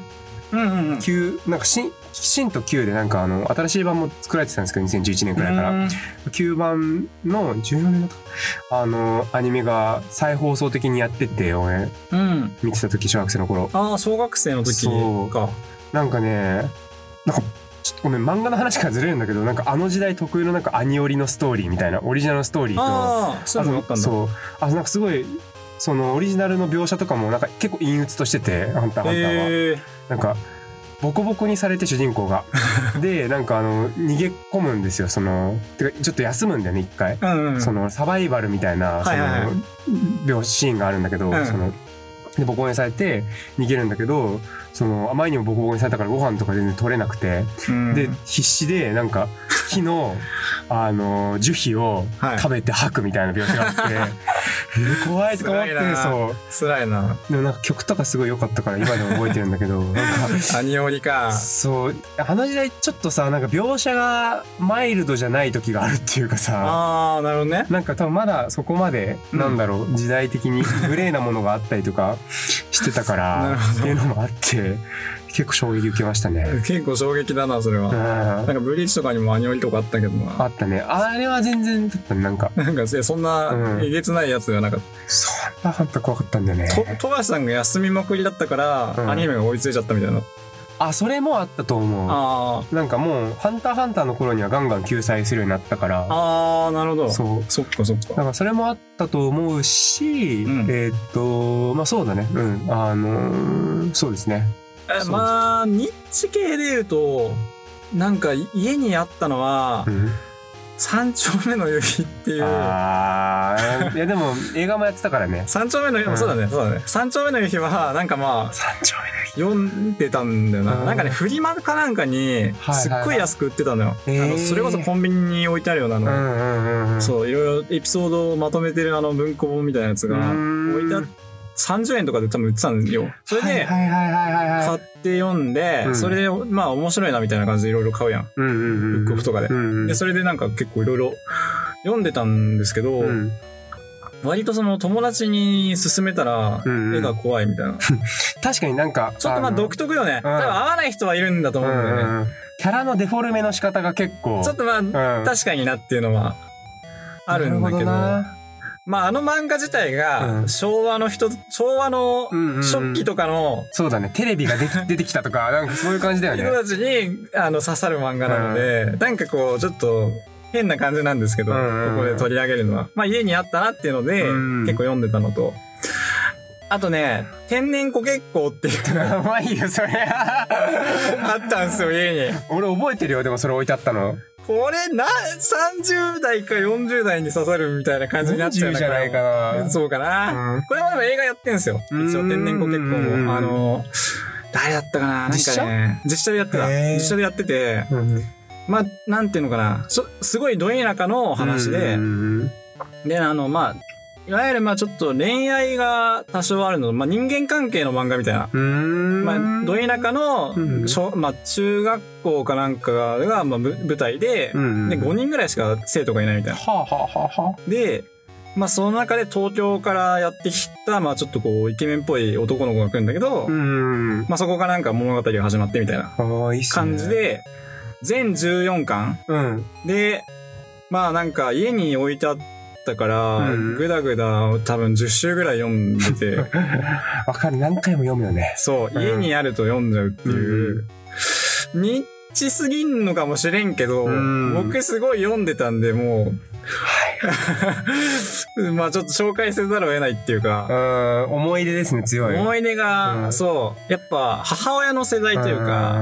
Speaker 2: うんうんうん。
Speaker 3: 旧なんか新新と旧でなんかあの新しい版も作られてたんですけど2011年くらいから、
Speaker 2: うん
Speaker 3: 旧版の14年だったあのアニメが再放送的にやってて俺
Speaker 2: うん。
Speaker 3: 見てた時小学生の頃
Speaker 2: ああ、小学生の時
Speaker 3: そう
Speaker 2: か。
Speaker 3: なんかねなんかちょっとごめん漫画の話からずれるんだけどなんかあの時代特有のなんかアニオリのストーリーみたいなオリジナルのストーリーと
Speaker 2: ああ、そういうのがあったんだ。
Speaker 3: そうあなんかすごいそのオリジナルの描写とかもなんか結構陰鬱としてて「ハンターハンターは」
Speaker 2: え
Speaker 3: なんかボコボコにされて主人公がでなんかあの逃げ込むんですよそのてかちょっと休むんだよね一回、
Speaker 2: えうんうん。
Speaker 3: そのサバイバルみたいなそ
Speaker 2: はいはいはい
Speaker 3: の描シーンがあるんだけど、
Speaker 2: うん
Speaker 3: そのでボコボコにされて逃げるんだけどそのあまりにもボコボコにされたからご飯とか全然取れなくて
Speaker 2: うん
Speaker 3: で必死でなんか木 のあの樹皮を
Speaker 2: はい
Speaker 3: 食べて吐くみたいな描写が あって、え怖いとか思っ
Speaker 2: 辛い
Speaker 3: て
Speaker 2: な
Speaker 3: そう
Speaker 2: 辛いな。
Speaker 3: でもなんか曲とかすごい良かったから今でも覚えてるんだ けどなん
Speaker 2: アニオリか
Speaker 3: か。そうあの時代ちょっとさなんか描写がマイルドじゃない時があるっていうかさ
Speaker 2: ああ、なるほどね。
Speaker 3: なんか多分まだそこまで、
Speaker 2: うん
Speaker 3: なんだろう時代的にグレーなものがあったりと かしてた
Speaker 2: な
Speaker 3: から
Speaker 2: るほど
Speaker 3: っていうのもあって結構衝撃受けましたね。
Speaker 2: 結構衝撃だな、それ
Speaker 3: うん
Speaker 2: は。な
Speaker 3: あ
Speaker 2: んかブリーチとかにもアニオリとかあったけどな。
Speaker 3: ったねあれは全然だったねなんか
Speaker 2: なんかせそん
Speaker 3: う
Speaker 2: なんえげつないやつがなんかっ
Speaker 3: そんなかった怖かったんだよね
Speaker 2: た。と、富樫さんが休みまくりだったから、
Speaker 3: うん
Speaker 2: アニメが追いついちゃったみたいな。
Speaker 3: あそれもあったと思う
Speaker 2: あ
Speaker 3: なんかもう「ハンターハンター」の頃にはガンガン救済するようになったから
Speaker 2: あ、ああ、なるほど。
Speaker 3: そう
Speaker 2: そっかそっ
Speaker 3: な
Speaker 2: か。
Speaker 3: んかそれもあったと思うし、
Speaker 2: うん
Speaker 3: えーっとまあそうだねうんあのーそうですね
Speaker 2: えまあ、ニッチ系で言うと、なんか家にあったのは
Speaker 3: う、ん
Speaker 2: 三丁目の指っていう。
Speaker 3: ああ、いやでも映画もやってたからね。
Speaker 2: 三丁目の
Speaker 3: う
Speaker 2: 指、
Speaker 3: ん
Speaker 2: そうだね、そうだね。三丁目の指は、なんかまあ、
Speaker 3: 三丁
Speaker 2: 読んでたんだよ
Speaker 3: う
Speaker 2: な。
Speaker 3: ん
Speaker 2: なんかね、フリマかなんかに、
Speaker 3: はい
Speaker 2: すっごい安く売ってたのよ。あ
Speaker 3: へー
Speaker 2: のそれこそコンビニに置いてあるような
Speaker 3: 目。う
Speaker 2: の。
Speaker 3: んうんうんうん。う。
Speaker 2: そう、いろいろエピソードをまとめてるあの文庫本みたいなやつ
Speaker 3: う
Speaker 2: が、
Speaker 3: ーん
Speaker 2: 置いてあっ30円とかで多分売ってたんよ。それ
Speaker 3: はい
Speaker 2: で、
Speaker 3: はいはいはいはいは
Speaker 2: 買
Speaker 3: い。
Speaker 2: って読んで、
Speaker 3: うん
Speaker 2: それで、まあ面白いなみたいな感じでいろいろ買うやん。
Speaker 3: うんうんう
Speaker 2: ブ
Speaker 3: ん。
Speaker 2: ックオフとかで
Speaker 3: うんうん。
Speaker 2: で、それでなんか結構いろいろ読んでたんですけど、
Speaker 3: うん
Speaker 2: 割とその友達に勧めたら
Speaker 3: うんうん
Speaker 2: 絵が怖いみたいな。
Speaker 3: 確かになんか。
Speaker 2: ちょっとまあ
Speaker 3: の
Speaker 2: 独特よね。多分合わない人はいるんだと
Speaker 3: う
Speaker 2: 思うんだ
Speaker 3: んう
Speaker 2: よね。
Speaker 3: んうん。キャラのデフォルメの仕方が結構。
Speaker 2: ちょっとまあ、
Speaker 3: うん。
Speaker 2: 確かになっていうのはあるんだけど、
Speaker 3: なる
Speaker 2: まああの漫画自体
Speaker 3: う
Speaker 2: が
Speaker 3: ん
Speaker 2: 昭和の人、昭和の
Speaker 3: ほどなうんうんうん
Speaker 2: 初期とかの
Speaker 3: そうだね。テレビができ出てきたとか、なん かそういう感じだよ ね。
Speaker 2: 人たちにあの刺さる漫画なので、なんかこうちょっと変な感じなんですけど、
Speaker 3: うんうんうん
Speaker 2: ここで取り上げるのは。まあ家にあったなっていうので、
Speaker 3: うん
Speaker 2: 結構読んでたのと。あとね、天然子結構っていうのが
Speaker 3: うまい よ、それ。
Speaker 2: あったんですよ、家に。
Speaker 3: 俺覚えてるよ、でもそれ置いてあったの。
Speaker 2: これな、30代か40代に刺さるみたいな感じになっちゃう
Speaker 3: 40じゃないかな
Speaker 2: そうかな。
Speaker 3: うん
Speaker 2: これはでも映画やってんすよ。一
Speaker 3: うん
Speaker 2: 応天然子結婚
Speaker 3: うん
Speaker 2: も。あの、誰だったかななんかね。
Speaker 3: 実写
Speaker 2: 実写でやってた。
Speaker 3: へー
Speaker 2: 実写でやってて、
Speaker 3: うん。
Speaker 2: まあ、なんていうのかな。そすごいど田舎の話で
Speaker 3: うん、うんうん
Speaker 2: で、あの、まあ、いわゆるまあちょっと恋愛が多少あるのと、まあ人間関係の漫画みたいな。
Speaker 3: うーん。
Speaker 2: まあ、ど田舎
Speaker 3: うん
Speaker 2: の小、まあ、中学校かなんかが、まあ、ぶ舞台で、
Speaker 3: うんうん
Speaker 2: で5人ぐらいしか生徒がいないみたいな。
Speaker 3: はあはあはあは
Speaker 2: で、まあ、その中で東京からやってきた、まあ、ちょっとこうイケメンっぽい男の子が来るんだけど、
Speaker 3: あ。うん。
Speaker 2: まあ、そこからなんか物語が始まってみたいな
Speaker 3: ああ、いいっすね。
Speaker 2: 感じ。で、全14巻
Speaker 3: うん。
Speaker 2: でまあなんか家に置いてあったから
Speaker 3: うん
Speaker 2: ぐだぐだ多分10週ぐらい読んでて。
Speaker 3: わかる。何回も読むよね。
Speaker 2: そう、
Speaker 3: うん
Speaker 2: 家にあると読んじゃうっていう、ニッチすぎんのかもしれんけど、
Speaker 3: うん
Speaker 2: 僕すごい読んでたんで、もう、 まあちょっと紹介せざるを得ないっていう
Speaker 3: う
Speaker 2: か、
Speaker 3: ん。思い出ですね、強い。
Speaker 2: 思い出が、
Speaker 3: うん
Speaker 2: そう、やっぱ母親の世代というか、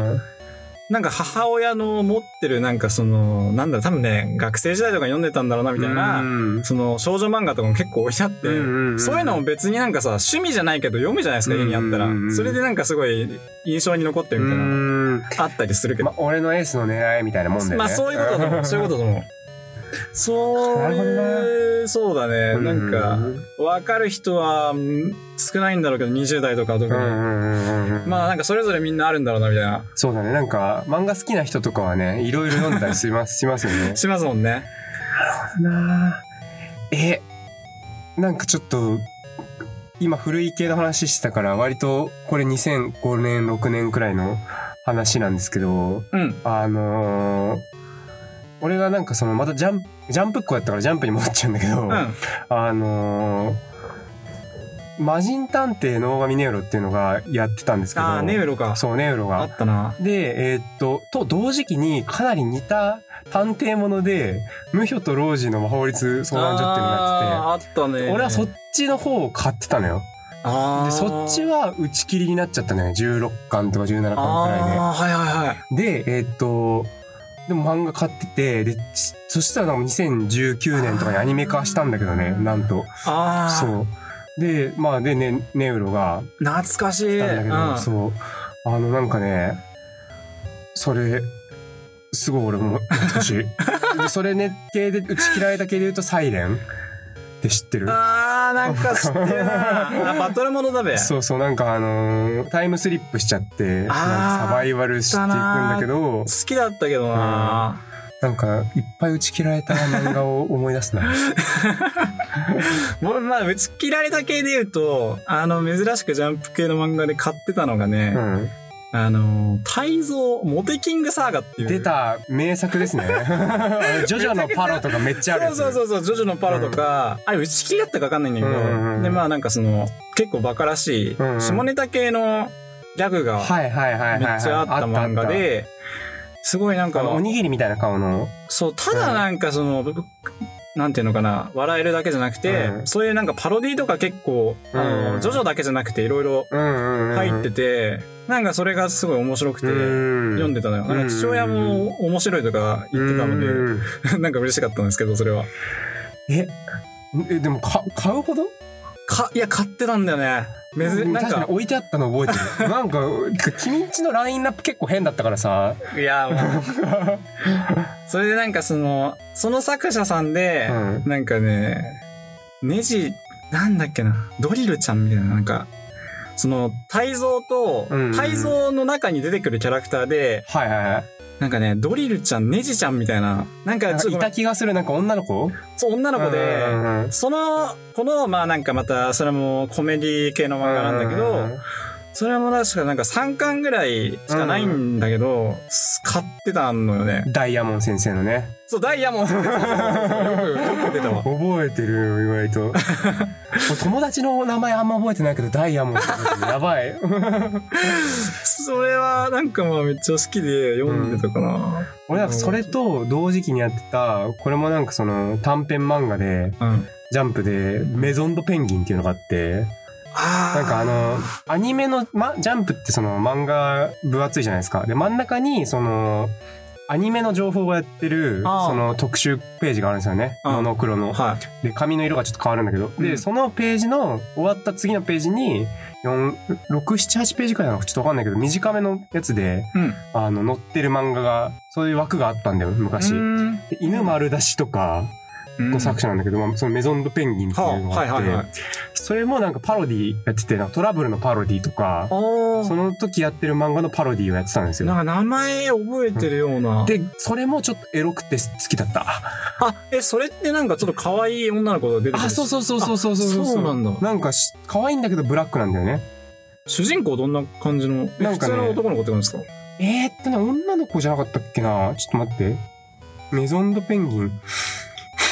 Speaker 2: なんか母親の持ってるなんかその、なんだろう、多分ね、学生時代とかに読んでたんだろうな
Speaker 3: う
Speaker 2: み
Speaker 3: ん、
Speaker 2: たいな、
Speaker 3: うん
Speaker 2: その少女漫画とかも結構置いてあって、
Speaker 3: うんうんうん
Speaker 2: そういうのも別になんかさ、趣味じゃないけど読むじゃないですか、家にあったら。
Speaker 3: うんうんうん
Speaker 2: それでなんかすごい印象に残ってるみたいな。
Speaker 3: うん
Speaker 2: あったりするけど。
Speaker 3: ま、俺のエースの狙いみたいなもんだよね。
Speaker 2: まあそういうことだと 思う。そういうことだと思う。そういう、そうだね。
Speaker 3: う
Speaker 2: なんか、わかる人はうん少ないんだろうけど、20代とか特に。
Speaker 3: うんうんうんうんうん。
Speaker 2: まあなんかそれぞれみんなあるんだろうな、みたいな。
Speaker 3: そうだね。なんか、漫画好きな人とかはね、いろいろ読んだりします、しますよね。
Speaker 2: しますもんね。
Speaker 3: なえ、なんかちょっと、今古い系の話してたから、割とこれ2005年、6年くらいの話なんですけど、
Speaker 2: うん。
Speaker 3: あのー俺がなんかその、またジャンプ、ジャンプっ子やったからジャンプに戻っちゃうんだけど、
Speaker 2: うん。はい
Speaker 3: あのー魔人探偵の大神ネウロっていうのがやってたんですけど。
Speaker 2: あーネウロか
Speaker 3: そう、ネウロ
Speaker 2: あ
Speaker 3: が。
Speaker 2: ったな。
Speaker 3: で、えーっと、と同時期にかなり似た探偵もので、無表と老人の魔法律相談所っていうのが
Speaker 2: あーあった
Speaker 3: やって
Speaker 2: ね。
Speaker 3: て、俺はそっちの方を買ってたのよ。
Speaker 2: あー
Speaker 3: で、そっちは打ち切りになっちゃったのよ。16巻とか17巻くらいで。
Speaker 2: あーはいはいはい。
Speaker 3: で、えーっと、でも漫画買ってて、で、ちそしたらなんか2019年とかにアニメ化したんだけどね、なんと。
Speaker 2: ああ。
Speaker 3: そう。で、まあ、で、ね、ネウロが
Speaker 2: 懐かしい。
Speaker 3: 来たんだけど、
Speaker 2: うん
Speaker 3: そう。あの、なんかね、それ、すごい俺も、 年。で、それね、系で打ち切られた系で言うと、サイレンって知ってる
Speaker 2: ああ、なんか知ってる な。あバトルものだべ。
Speaker 3: そうそう、なんかあのータイムスリップしちゃって、なんかサバイバルしていくんだけど、
Speaker 2: 好きだったけどな。
Speaker 3: なんか、いっぱい打ち切られた漫画を思い出 すな。
Speaker 2: もうまあ、打ち切られた系で言うと、あの、珍しくジャンプ系の漫画で買ってたのがね、
Speaker 3: うん。
Speaker 2: あの、泰造、モテキングサーガっていう。
Speaker 3: 出た名作 ですね。あのジョジョのパロとかめっちゃあるや
Speaker 2: そう
Speaker 3: つ。
Speaker 2: そうそうそう、ジョジョのパロとか、あれ打ち切りだったかわかんないんだけど、
Speaker 3: うんうんうん
Speaker 2: で、まあなんかその、結構バカらしい、
Speaker 3: うんうん
Speaker 2: 下ネタ系のギャグが
Speaker 3: はいはいはいはい、
Speaker 2: め
Speaker 3: はい。
Speaker 2: っちゃあった漫画で、すごいなん
Speaker 3: あ
Speaker 2: か
Speaker 3: の、おにぎりみたいな顔の。
Speaker 2: そう、ただなんかその、なんていうのかな、笑えるだけじゃなくて、
Speaker 3: うん
Speaker 2: そういうなんかパロディとか結構、あの、
Speaker 3: うん
Speaker 2: ジョジョだけじゃなくていろいろ
Speaker 3: うんうんうん。
Speaker 2: 入ってて、なんかそれがすごい面白くて、
Speaker 3: 読
Speaker 2: 読んでたのよ。なんか父親も面白いとか言ってたので、 なんか嬉しかったんですけど、それは。
Speaker 3: え、え、でもか買うほど
Speaker 2: か、いや、買ってたんだよね。めず、
Speaker 3: うん
Speaker 2: なん
Speaker 3: 確かに
Speaker 2: か、
Speaker 3: 置いてあったの覚え てる。なんか、てか君んちのラインナップ結構変だったからさ。
Speaker 2: いや、もう それでなんかその、その作者さんで
Speaker 3: う、ん。
Speaker 2: なんかね、ネジ、なんだっけな、ドリルちゃんみたいな、なんか、その、泰造と
Speaker 3: うんうんう、ん
Speaker 2: 泰造の中に出てくるキャラクターで、
Speaker 3: はいはいはい。
Speaker 2: なんかね、ドリルちゃん、ネジちゃんみたいな、なんか
Speaker 3: な
Speaker 2: ちょ
Speaker 3: んか
Speaker 2: っと
Speaker 3: い
Speaker 2: ごめ
Speaker 3: た
Speaker 2: ん
Speaker 3: 気がする、なんか女の子
Speaker 2: そう女の子
Speaker 3: うん
Speaker 2: で、
Speaker 3: うんうん
Speaker 2: その、この、まあなんかまた、それもコメディ系の漫画なんだけ
Speaker 3: うう
Speaker 2: ど
Speaker 3: ん、
Speaker 2: それも確かなんか3巻ぐらいしかないんだけど、買ってたのよね
Speaker 3: う。んダイヤモン先生のね。
Speaker 2: そう、ダイヤモン ド。そうそうそうよくよく出たわ。
Speaker 3: 覚えてるよ、意外と。俺 友達の名前あんま覚えてないけど、ダイヤモン先生やば い。
Speaker 2: それはなんかまあめっちゃ好きで読んでたかな。
Speaker 3: 俺なんかそれと同時期にやってた、これもなんかその短編漫画で、
Speaker 2: うん。
Speaker 3: ジャンプで、メゾンドペンギンっていうのがあって、
Speaker 2: あー
Speaker 3: なんかあの、アニメの、ま、ジャンプってその漫画分厚いじゃないですか。で、真ん中に、その、アニメの情報がやってる、
Speaker 2: ああ
Speaker 3: その特集ページがあるんですよね。
Speaker 2: うん
Speaker 3: モノクロの。
Speaker 2: はい。
Speaker 3: で、紙の色がちょっと変わるんだけど。
Speaker 2: う
Speaker 3: で、
Speaker 2: ん
Speaker 3: そのページの、終わった次のページに、4、6、7、8ページくらいなのかちょっとわかんないけど、短めのやつで、
Speaker 2: うん。
Speaker 3: あの、載ってる漫画が、そういう枠があったんだよ、昔。で犬丸出しとかの作
Speaker 2: 者。
Speaker 3: 者なんだけど、まあ、そのメゾンドペンギンっていうのがあって、
Speaker 2: はあはいはいはい
Speaker 3: それもなんかパロディやっててなんかトラブルのパロディとか
Speaker 2: おー。
Speaker 3: その時やってる漫画のパロディをやってたんです
Speaker 2: なん
Speaker 3: よ。
Speaker 2: か名前覚えてるような。
Speaker 3: でそれもちょっとエロくて好きだった。
Speaker 2: あ、え、それってなんかちょっと可愛い女の子が出てくる。
Speaker 3: あそうそうそうそうそうそう
Speaker 2: あそうなんだ
Speaker 3: なんかし可愛いんだけどブラックなんだよね。
Speaker 2: 主人公どんな感じの、え
Speaker 3: なん
Speaker 2: 普
Speaker 3: かね
Speaker 2: 通の男の子って感じですか
Speaker 3: えー、っとね女の子じゃなかったっけなちょっと待ってメゾンドペンギ ン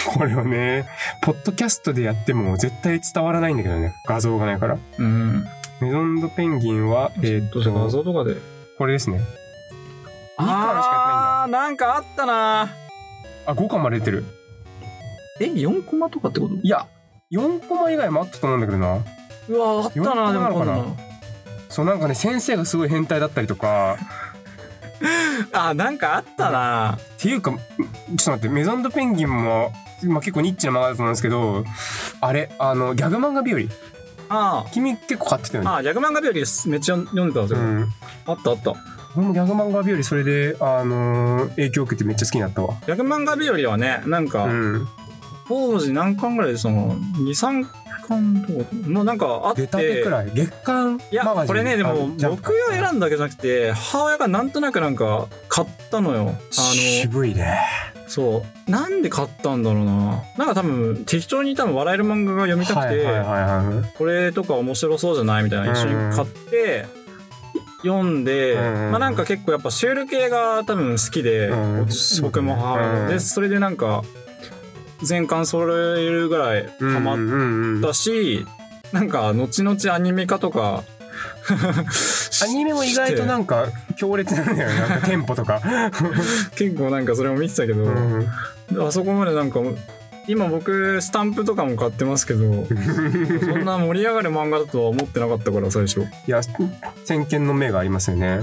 Speaker 3: これをねポッドキャストでやっても絶対伝わらないんだけどね画像がないから。
Speaker 2: うん。
Speaker 3: メゾンドペンギンは、えーっ
Speaker 2: どうせ画
Speaker 3: と、
Speaker 2: 像とかで。
Speaker 3: これですね。2巻しかやってな
Speaker 2: あー、なんかあったない
Speaker 3: んだ。あ、5巻まで出てる。
Speaker 2: え、4コマとかってこと
Speaker 3: いや、4コマ以外もあったと思うんだけどな。
Speaker 2: うわ、あった
Speaker 3: 四コ
Speaker 2: な
Speaker 3: マ
Speaker 2: でも
Speaker 3: なの
Speaker 2: こ
Speaker 3: か
Speaker 2: ん
Speaker 3: な
Speaker 2: なの。
Speaker 3: そう、なんかね、先生がすごい変態だったりとか、
Speaker 2: あ、なんかあったな
Speaker 3: っていうか、んちょっと待って、メゾンドペンギンも、まあ、結構ニッチな漫画だと思うんですけど、あれ、あの、ギャグ漫画日和。
Speaker 2: あ
Speaker 3: 君結構買ってたよね。
Speaker 2: あ、あ、ギャグ漫画日和です。めっちゃ読んでたんです
Speaker 3: う
Speaker 2: よ。
Speaker 3: ん。
Speaker 2: あったあった。
Speaker 3: 俺もギャグ漫画日和、それで、あのー影響を受けてめっちゃ好きになったわ。
Speaker 2: ギャグ漫画日和はね、なんか、
Speaker 3: うん。
Speaker 2: 当時何巻ぐらいでその、2、3巻とか、もうなんかあって。
Speaker 3: 出たてくらい。月刊マガジン
Speaker 2: いや、これね、でも、
Speaker 3: あジャンプ
Speaker 2: 僕が選んだわけじゃなくて、母親がなんとなくなんか、買ったのよ。あ
Speaker 3: 渋いね。
Speaker 2: の、そう。なんで買ったんだろうな。なんか多分、適当に多分笑える漫画が読みたくて、
Speaker 3: はいはいはいはい。
Speaker 2: これとか面白そうじゃないみたいな、一緒に買って、読んで、
Speaker 3: うん
Speaker 2: まあなんか結構やっぱシュール系が多分好きで、
Speaker 3: うんそうだ
Speaker 2: 僕
Speaker 3: ね
Speaker 2: も母親も
Speaker 3: う
Speaker 2: で、
Speaker 3: ん
Speaker 2: それでなんか、全巻揃えるぐらいハマっ
Speaker 3: っ
Speaker 2: だし、なんか後々アニメ化とか
Speaker 3: アニメも意外 となんか強烈なんだよねなんかテンポとか、
Speaker 2: 結構なんか それも見てたけど、
Speaker 3: うん、
Speaker 2: あそこまでなんか今僕スタンプとかも買ってますけ どそんな盛り上がる漫画だとは思ってなかったから最初
Speaker 3: いや先見の目がありますよね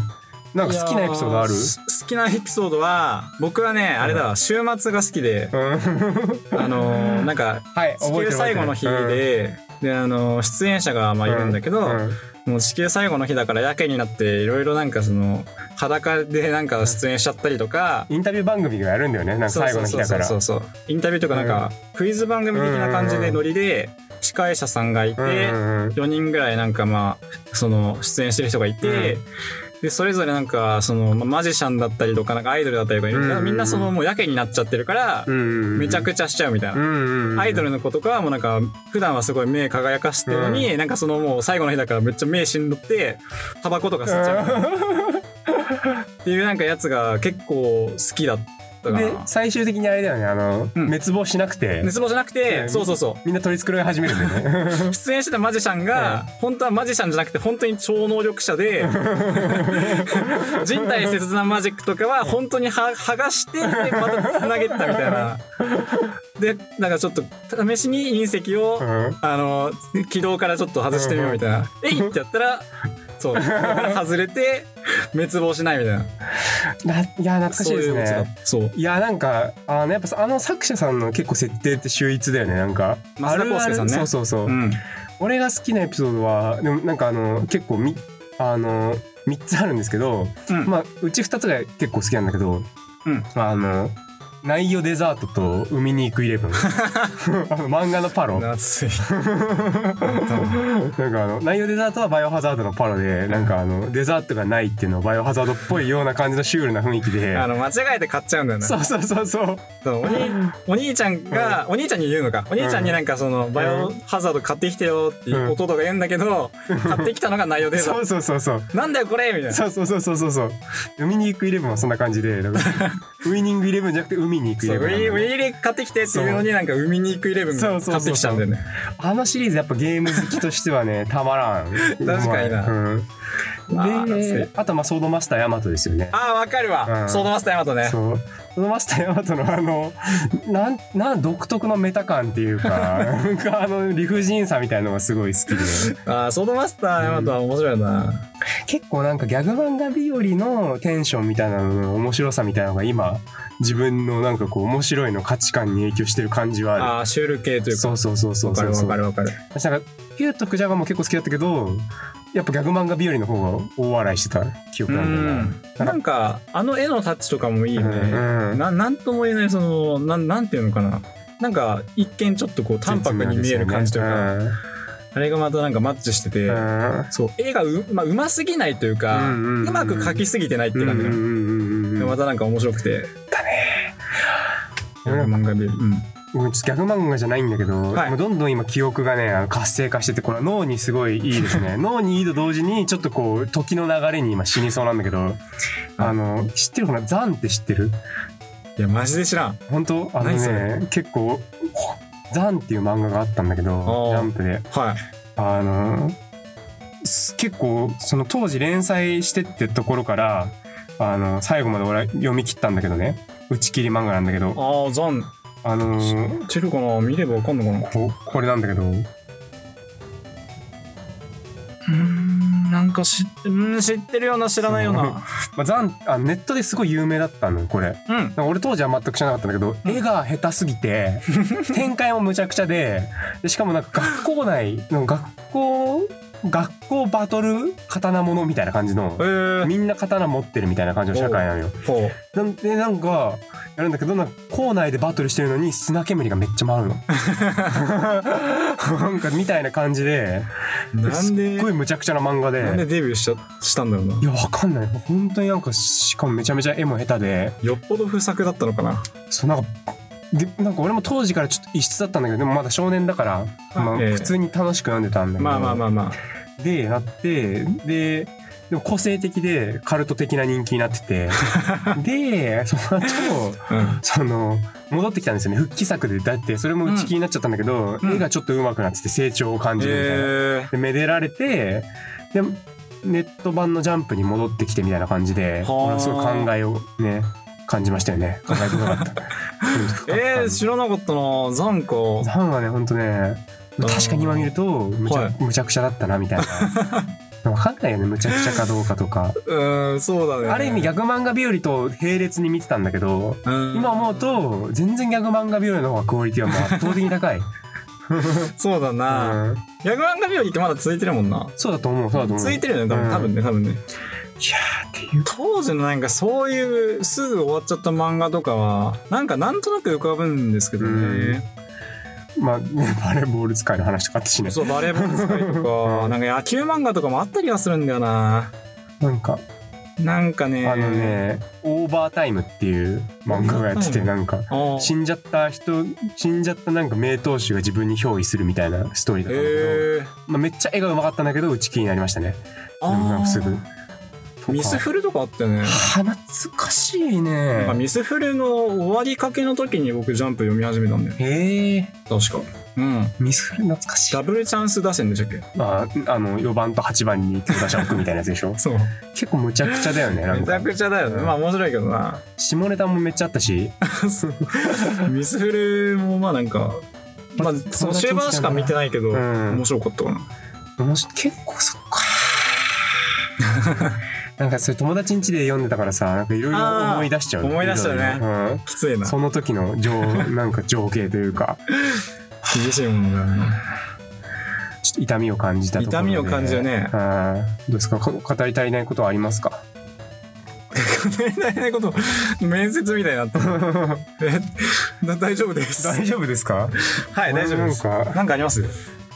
Speaker 3: なんか好きなエピソードある
Speaker 2: いやー好きなエピソードは僕はねあれだわ週末が好きで
Speaker 3: うん
Speaker 2: あの ーなんか
Speaker 3: はい
Speaker 2: 地
Speaker 3: 覚えて
Speaker 2: 球
Speaker 3: る
Speaker 2: 最後の日で、であのー出演者がまあいるんだけど、もう地球最後の日だからやけになっていろいろなんかその裸でなんか出演しちゃったりとか、
Speaker 3: インタビュー番組がやるんだよねなんか
Speaker 2: そう
Speaker 3: 最
Speaker 2: そ
Speaker 3: 後
Speaker 2: う
Speaker 3: の日
Speaker 2: そう
Speaker 3: だから
Speaker 2: そうそうインタビューとかなんかクイズ番組的な感じでノリで司会者さんがいて
Speaker 3: うんうんうん
Speaker 2: 4人ぐらいなんかまあその出演してる人がいて。でそれぞれなんかそのまあマジシャンだったりとかなんかアイドルだったりとかみんな
Speaker 3: うん
Speaker 2: みんなそのもうやけになっちゃってるから
Speaker 3: うんうん
Speaker 2: めちゃくちゃしちゃうみたいな
Speaker 3: うんうんうん
Speaker 2: アイドルの子とかはもうなんか普段はすごい目輝かしてるのに、なんかそのもう最後の日だからめっちゃ目しんどってタバコとか吸っちゃうっていうなんかやつが結構好きだったか
Speaker 3: で
Speaker 2: な。
Speaker 3: 最終的にあれだよねあの、
Speaker 2: うん
Speaker 3: 滅亡しなくて
Speaker 2: 熱望じゃなくて、
Speaker 3: ね
Speaker 2: そうそうそ
Speaker 3: みんな取り繕い始めるんだよ ね
Speaker 2: う。出演してたマジシャンが、本当はマジシャンじゃなくて、本当に超能力者で、人体切断マジックとかは本当には剥がしてでまた繋げてたみたいなでなんかちょっと試しに隕石を、
Speaker 3: うん
Speaker 2: あの軌道からちょっと外してみようみたいな「えい!」ってやったらそう外れて滅亡しないみたいな
Speaker 3: ないや懐かしいです
Speaker 2: そういうオチ
Speaker 3: ね
Speaker 2: だそう
Speaker 3: いやなんかあのやっぱさあの作者さんの結構設定って秀逸だよねなんか
Speaker 2: 松田
Speaker 3: あるある
Speaker 2: 康介さんね
Speaker 3: そうそうそう、
Speaker 2: うん
Speaker 3: 俺が好きなエピソードはでもなんかあの結構みあの3つあるんですけど、
Speaker 2: うん
Speaker 3: まあうち2つが結構好きなんだけど、
Speaker 2: うん
Speaker 3: あの内容デザートと海に行く イレブンあの漫画のパロ
Speaker 2: 夏い
Speaker 3: なんかあの内容デザートはバイオハザードのパロでなんかあのデザートがないっていうのはバイオハザードっぽいような感じのシュールな雰囲 気で
Speaker 2: あの間違えて買っちゃうんだよな
Speaker 3: そうそうそうそう
Speaker 2: そうお兄お兄ちゃんが、お兄ちゃんに言うのかお兄ちゃんになんかその、バイオハザード買ってきてよって
Speaker 3: うん
Speaker 2: 弟が言うんだけど、買ってきたのが内容で
Speaker 3: そうそうそうそう
Speaker 2: なんだよこれみたいな
Speaker 3: そうそうそうそうそうそう海に行くイレブンはそんな感じ でだからウイニングイレブンじゃなくて海に行くイ
Speaker 2: そう
Speaker 3: レ
Speaker 2: ウ
Speaker 3: ブンなんだ
Speaker 2: ィ
Speaker 3: よ
Speaker 2: ウィリ買ってきてっていうのになんか海に行くイレブン
Speaker 3: そ
Speaker 2: 買
Speaker 3: うそうそ
Speaker 2: っ
Speaker 3: うそう
Speaker 2: てきちゃうんだよね
Speaker 3: あのシリーズやっぱゲーム好きとしては ねたまらん確
Speaker 2: 確かになあー懐
Speaker 3: で
Speaker 2: か
Speaker 3: あとまあソードマスターヤマトですよね
Speaker 2: ああわかるわ、
Speaker 3: うん
Speaker 2: ソードマスターヤマトね
Speaker 3: そうソードマスターヤマトのあのなんなん独特のメタ感っ ていうかなんかあの理不尽さみたいのがすごい好きで
Speaker 2: あーソードマスターヤマトは面白いな、
Speaker 3: 結構なんかギャグ漫画日和のテンションみたいなのの面白さみたいなのが今自分のなんかこう面白いの価値観に影響してる感じはある
Speaker 2: ああシュール系というか
Speaker 3: そうそうそうそう
Speaker 2: わか
Speaker 3: そ
Speaker 2: る
Speaker 3: う
Speaker 2: わ
Speaker 3: そう
Speaker 2: かるわかる
Speaker 3: 私なんかピューとクジャガも結構好きだったけどやっぱギャグ漫画日和の方が大笑いしてた記憶
Speaker 2: う
Speaker 3: なんだよ
Speaker 2: んなんかあの絵のタッチとかもいいよね、
Speaker 3: なうん
Speaker 2: ななんとも言えないそのなんなんていうのかななんか一見ちょっとこう淡白に見える感じというか、
Speaker 3: うん
Speaker 2: あれがまたなんかマッチしてて、
Speaker 3: うん
Speaker 2: そう絵がうまあ、うますぎないというか、
Speaker 3: う
Speaker 2: うん
Speaker 3: うんうん
Speaker 2: まく描きすぎてないって
Speaker 3: うん
Speaker 2: 感
Speaker 3: うん
Speaker 2: じ、
Speaker 3: うん
Speaker 2: で
Speaker 3: うん
Speaker 2: またなんか面白くてだね漫画で、うん、
Speaker 3: うんちょっとギャグ漫画じゃないんだけど、
Speaker 2: はい
Speaker 3: もうどんどん今記憶がねあの活性化しててこれは脳にすごいいいです ね脳にいいと同時にちょっとこう時の流れに今死にそうなんだけどあの知ってるかなザンって知ってる
Speaker 2: いやマジで知らん
Speaker 3: 本当あの
Speaker 2: 何それ
Speaker 3: ね結構ザンっていう漫画があったんだけど
Speaker 2: ー
Speaker 3: ジャンプで
Speaker 2: はい
Speaker 3: あのす結構その当時連載してってところからあの最後まで俺は読み切ったんだけどね打ち切り漫画なんだけど
Speaker 2: ああザン
Speaker 3: あのー
Speaker 2: 知ってるかな見ればわかんのかな
Speaker 3: ここれなんだけど
Speaker 2: うんなんか知ってうん知ってるような知らないような
Speaker 3: まあ、ザンあネットですごい有名だったのよこれ
Speaker 2: うん
Speaker 3: 俺当時は全く知らなかったんだけど、絵が下手す ぎて展開もむちゃくちゃででしかもなんか学校内の学校学校バトル刀物みたいな感じの
Speaker 2: えー、
Speaker 3: みんな刀持ってるみたいな感じの社会なのよ
Speaker 2: ほ
Speaker 3: なんでなんかやるんだけどなんか校内でバトルしてるのに砂煙がめっちゃ舞うの なんかみたいな感じで
Speaker 2: うな
Speaker 3: す
Speaker 2: ん
Speaker 3: っ
Speaker 2: で
Speaker 3: ごいむちゃくちゃな漫画
Speaker 2: なんでデビューしちゃしたんだろうない
Speaker 3: や、わかんない。本当になんか、しかもめちゃめちゃ絵も下手で、
Speaker 2: よっぽど不作だったのかな
Speaker 3: そう、なんか、で、なんか俺も当時からちょっと異質だったんだけど、でもまだ少年だから、まあ、
Speaker 2: ええ
Speaker 3: 普通に楽しく読んでたんだけど、
Speaker 2: まあまあまあまあ
Speaker 3: で、なって、で、でも個性的で、カルト的な人気になって て、で、その後、
Speaker 2: うん
Speaker 3: その、戻ってきたんですよね。復帰作で、だって、それも打ち切りになっちゃったんだけど、
Speaker 2: うん
Speaker 3: 絵がちょっと上手くなってて成長を感じるみたいな。
Speaker 2: え
Speaker 3: でめでられてでネット版のジャンプに戻ってきてみたいな感じで
Speaker 2: はあ
Speaker 3: 俺はすごい考えをね感じましたよね考え深かった
Speaker 2: ー、えー、知らなかったなザンか
Speaker 3: ザンはねほんとね
Speaker 2: ー
Speaker 3: 確かに今見るとむちゃ,、
Speaker 2: はい
Speaker 3: むちゃくちゃだったなみたい なわかんないよねむちゃくちゃかどうかとか
Speaker 2: うーんそうだね
Speaker 3: ある意味ギャグ漫画日和と並列に見てたんだけど
Speaker 2: うん
Speaker 3: 今思うと全然ギャグ漫画日和の方がクオリティはもう圧倒的に 高い、
Speaker 2: そうだな、
Speaker 3: うん
Speaker 2: ギャグ漫画日和ってまだ続いてるもんな
Speaker 3: そうだと思うそうだと思う
Speaker 2: 続いてるよね多
Speaker 3: う
Speaker 2: 分
Speaker 3: ん
Speaker 2: 多分ね多分ね
Speaker 3: いやーっていう
Speaker 2: 当時のなんかそういうすぐ終わっちゃった漫画とかはなんかなんとなく浮かぶんですけどね、
Speaker 3: まあ、ね、バレーボール使いの話とかあったしね。
Speaker 2: そうバレーボール使いとかなんか野球漫画とかもあったりはするんだよな
Speaker 3: なんか、
Speaker 2: なんかね
Speaker 3: あのね、オーバータイムっていう漫画がやってて、
Speaker 2: オー
Speaker 3: なんか、
Speaker 2: あー
Speaker 3: 死んじゃった人、死んじゃったなんか名投手が自分に憑依するみたいなストーリーだったんだけど、
Speaker 2: えー、
Speaker 3: まあ、めっちゃ絵がうまかったんだけど、打ち切りになりましたね。でもなん
Speaker 2: あ
Speaker 3: かす
Speaker 2: ー
Speaker 3: ぐ。そうか
Speaker 2: ミスフルとかあったよね。
Speaker 3: 懐かしい
Speaker 2: なんか
Speaker 3: ね。
Speaker 2: ミスフルの終わりかけの時に僕ジャンプ読み始めたんだよ。
Speaker 3: へえ。
Speaker 2: 確か。うん。
Speaker 3: ミスフル懐かしい。
Speaker 2: ダブルチャンス打線でしたっけ
Speaker 3: ああの、4番と8番に手出し置くみたいなやつで しょ
Speaker 2: そう。
Speaker 3: 結構むちゃくちゃだよね、なん
Speaker 2: めちゃ
Speaker 3: か。
Speaker 2: くちゃだよね。まあ面白いけどな。
Speaker 3: 下ネタもめっちゃあったし。
Speaker 2: そうミスフルもまあなんか、まあその終盤しか見てないけど、
Speaker 3: うん
Speaker 2: 面白かったかな。
Speaker 3: 面白い結構そっか。 なんかそれ友達ん家で読んでたからさ、なんかいろいろ思い出しちゃう。
Speaker 2: あー思い出しちゃうね
Speaker 3: 色々うん
Speaker 2: きついな。
Speaker 3: その時 の情、なんか情景というか、
Speaker 2: 厳しいものだよね。
Speaker 3: ちょっと痛みを感じたところで
Speaker 2: 痛みを感じる ね
Speaker 3: うんどうですかこ語り足りないことはありますか
Speaker 2: 語り足りないこと、面接みたいになってる。 え、だ大丈夫です。は
Speaker 3: 大丈夫ですか
Speaker 2: い、大丈夫です。
Speaker 3: なんか
Speaker 2: なんかあります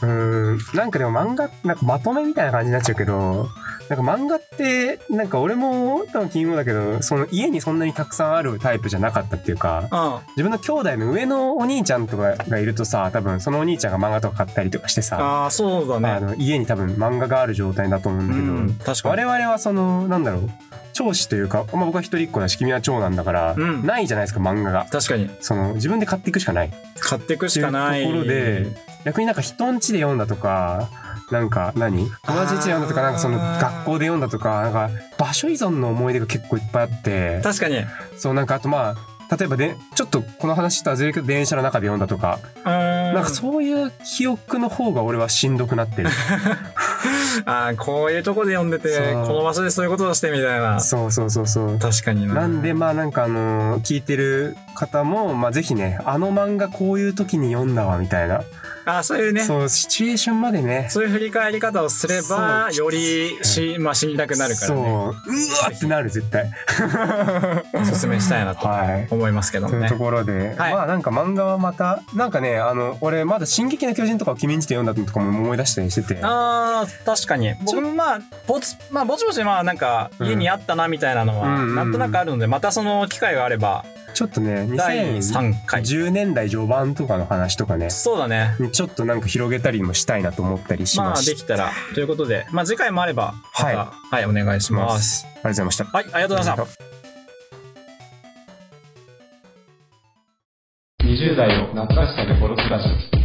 Speaker 3: うーんなんかでも漫画なんかまとめみたいな感じになっちゃうけどなんか漫画ってなんか俺も多分金曜だけどその家にそんなにたくさんあるタイプじゃなかったっていうか
Speaker 2: うん。
Speaker 3: 自分の兄弟の上のお兄ちゃんとかがいるとさ多分そのお兄ちゃんが漫画とか買ったりとかしてさ
Speaker 2: ああ、そうだね。
Speaker 3: あの家に多分漫画がある状態だと思う
Speaker 2: うん
Speaker 3: だけど、
Speaker 2: ん、確か
Speaker 3: 我
Speaker 2: に。
Speaker 3: 々はそのなんだろう長子というか、まあ、僕は一人っ子だし君は長男だから、
Speaker 2: うん
Speaker 3: ないじゃないですか漫画が
Speaker 2: 確かに。
Speaker 3: その自分で買っていくしかない
Speaker 2: 買っていく
Speaker 3: って
Speaker 2: し
Speaker 3: いう
Speaker 2: かない。
Speaker 3: ところで逆になんか人ん家で読んだとかなんか何友達ん家で読んだとか
Speaker 2: あー
Speaker 3: なんかその学校で読んだとかなんか場所依存の思い出が結構いっぱいあって
Speaker 2: 確かに。う
Speaker 3: そうなんかあとまあ例えばでちょっとこの話とはずれるけど電車の中で読んだとか
Speaker 2: ーん。
Speaker 3: なんかそういう記憶の方が俺はしんどくなっ てる
Speaker 2: ああ、こういうとこで読んでて、
Speaker 3: そう
Speaker 2: この場所でそういうことをしてみたいな。
Speaker 3: そうそうそうそう
Speaker 2: 確かにな。
Speaker 3: なんでまあなんかあのー聞いてる方もまあぜひねあの漫画こういう時に読んだわみたいな
Speaker 2: ああ、そういうね。そう
Speaker 3: そうシチュエーションまでね
Speaker 2: いう振り返り方をすれば、
Speaker 3: そう
Speaker 2: よりし、まあ、死にたくなるから
Speaker 3: そう
Speaker 2: ね。
Speaker 3: うわーってなる絶対
Speaker 2: おすすめしたいなと
Speaker 3: はい。
Speaker 2: 思いますけど
Speaker 3: と
Speaker 2: も
Speaker 3: いうと
Speaker 2: ね。
Speaker 3: ころで、
Speaker 2: はい
Speaker 3: まあなんか漫画はまたなんかねあの俺まだ「進撃の巨人」とかを君んちで読んだのとかも思い出したりしてて
Speaker 2: ああ、確かに。僕もまあ、ぼつ、まあ、ぼちぼち、まあ、なんか、
Speaker 3: うん
Speaker 2: 家にあったな、みたいなのは、
Speaker 3: うんうんうん
Speaker 2: なんとなくあるので、またその機会があれば、
Speaker 3: ちょっとね
Speaker 2: 第
Speaker 3: 2010
Speaker 2: 3回。
Speaker 3: 年代序盤とかの話とかね
Speaker 2: そうだね。
Speaker 3: ちょっとなんか広げたりもしたいなと思ったりし
Speaker 2: ま
Speaker 3: ま
Speaker 2: あ、
Speaker 3: し
Speaker 2: できたら。ということで、まあ、次回もあれば、また、
Speaker 3: はい
Speaker 2: はい、お願いします。
Speaker 3: ありがとうございました。
Speaker 2: はい、ありがとうございました。
Speaker 1: 20代を懐かしさで殺すラジオ。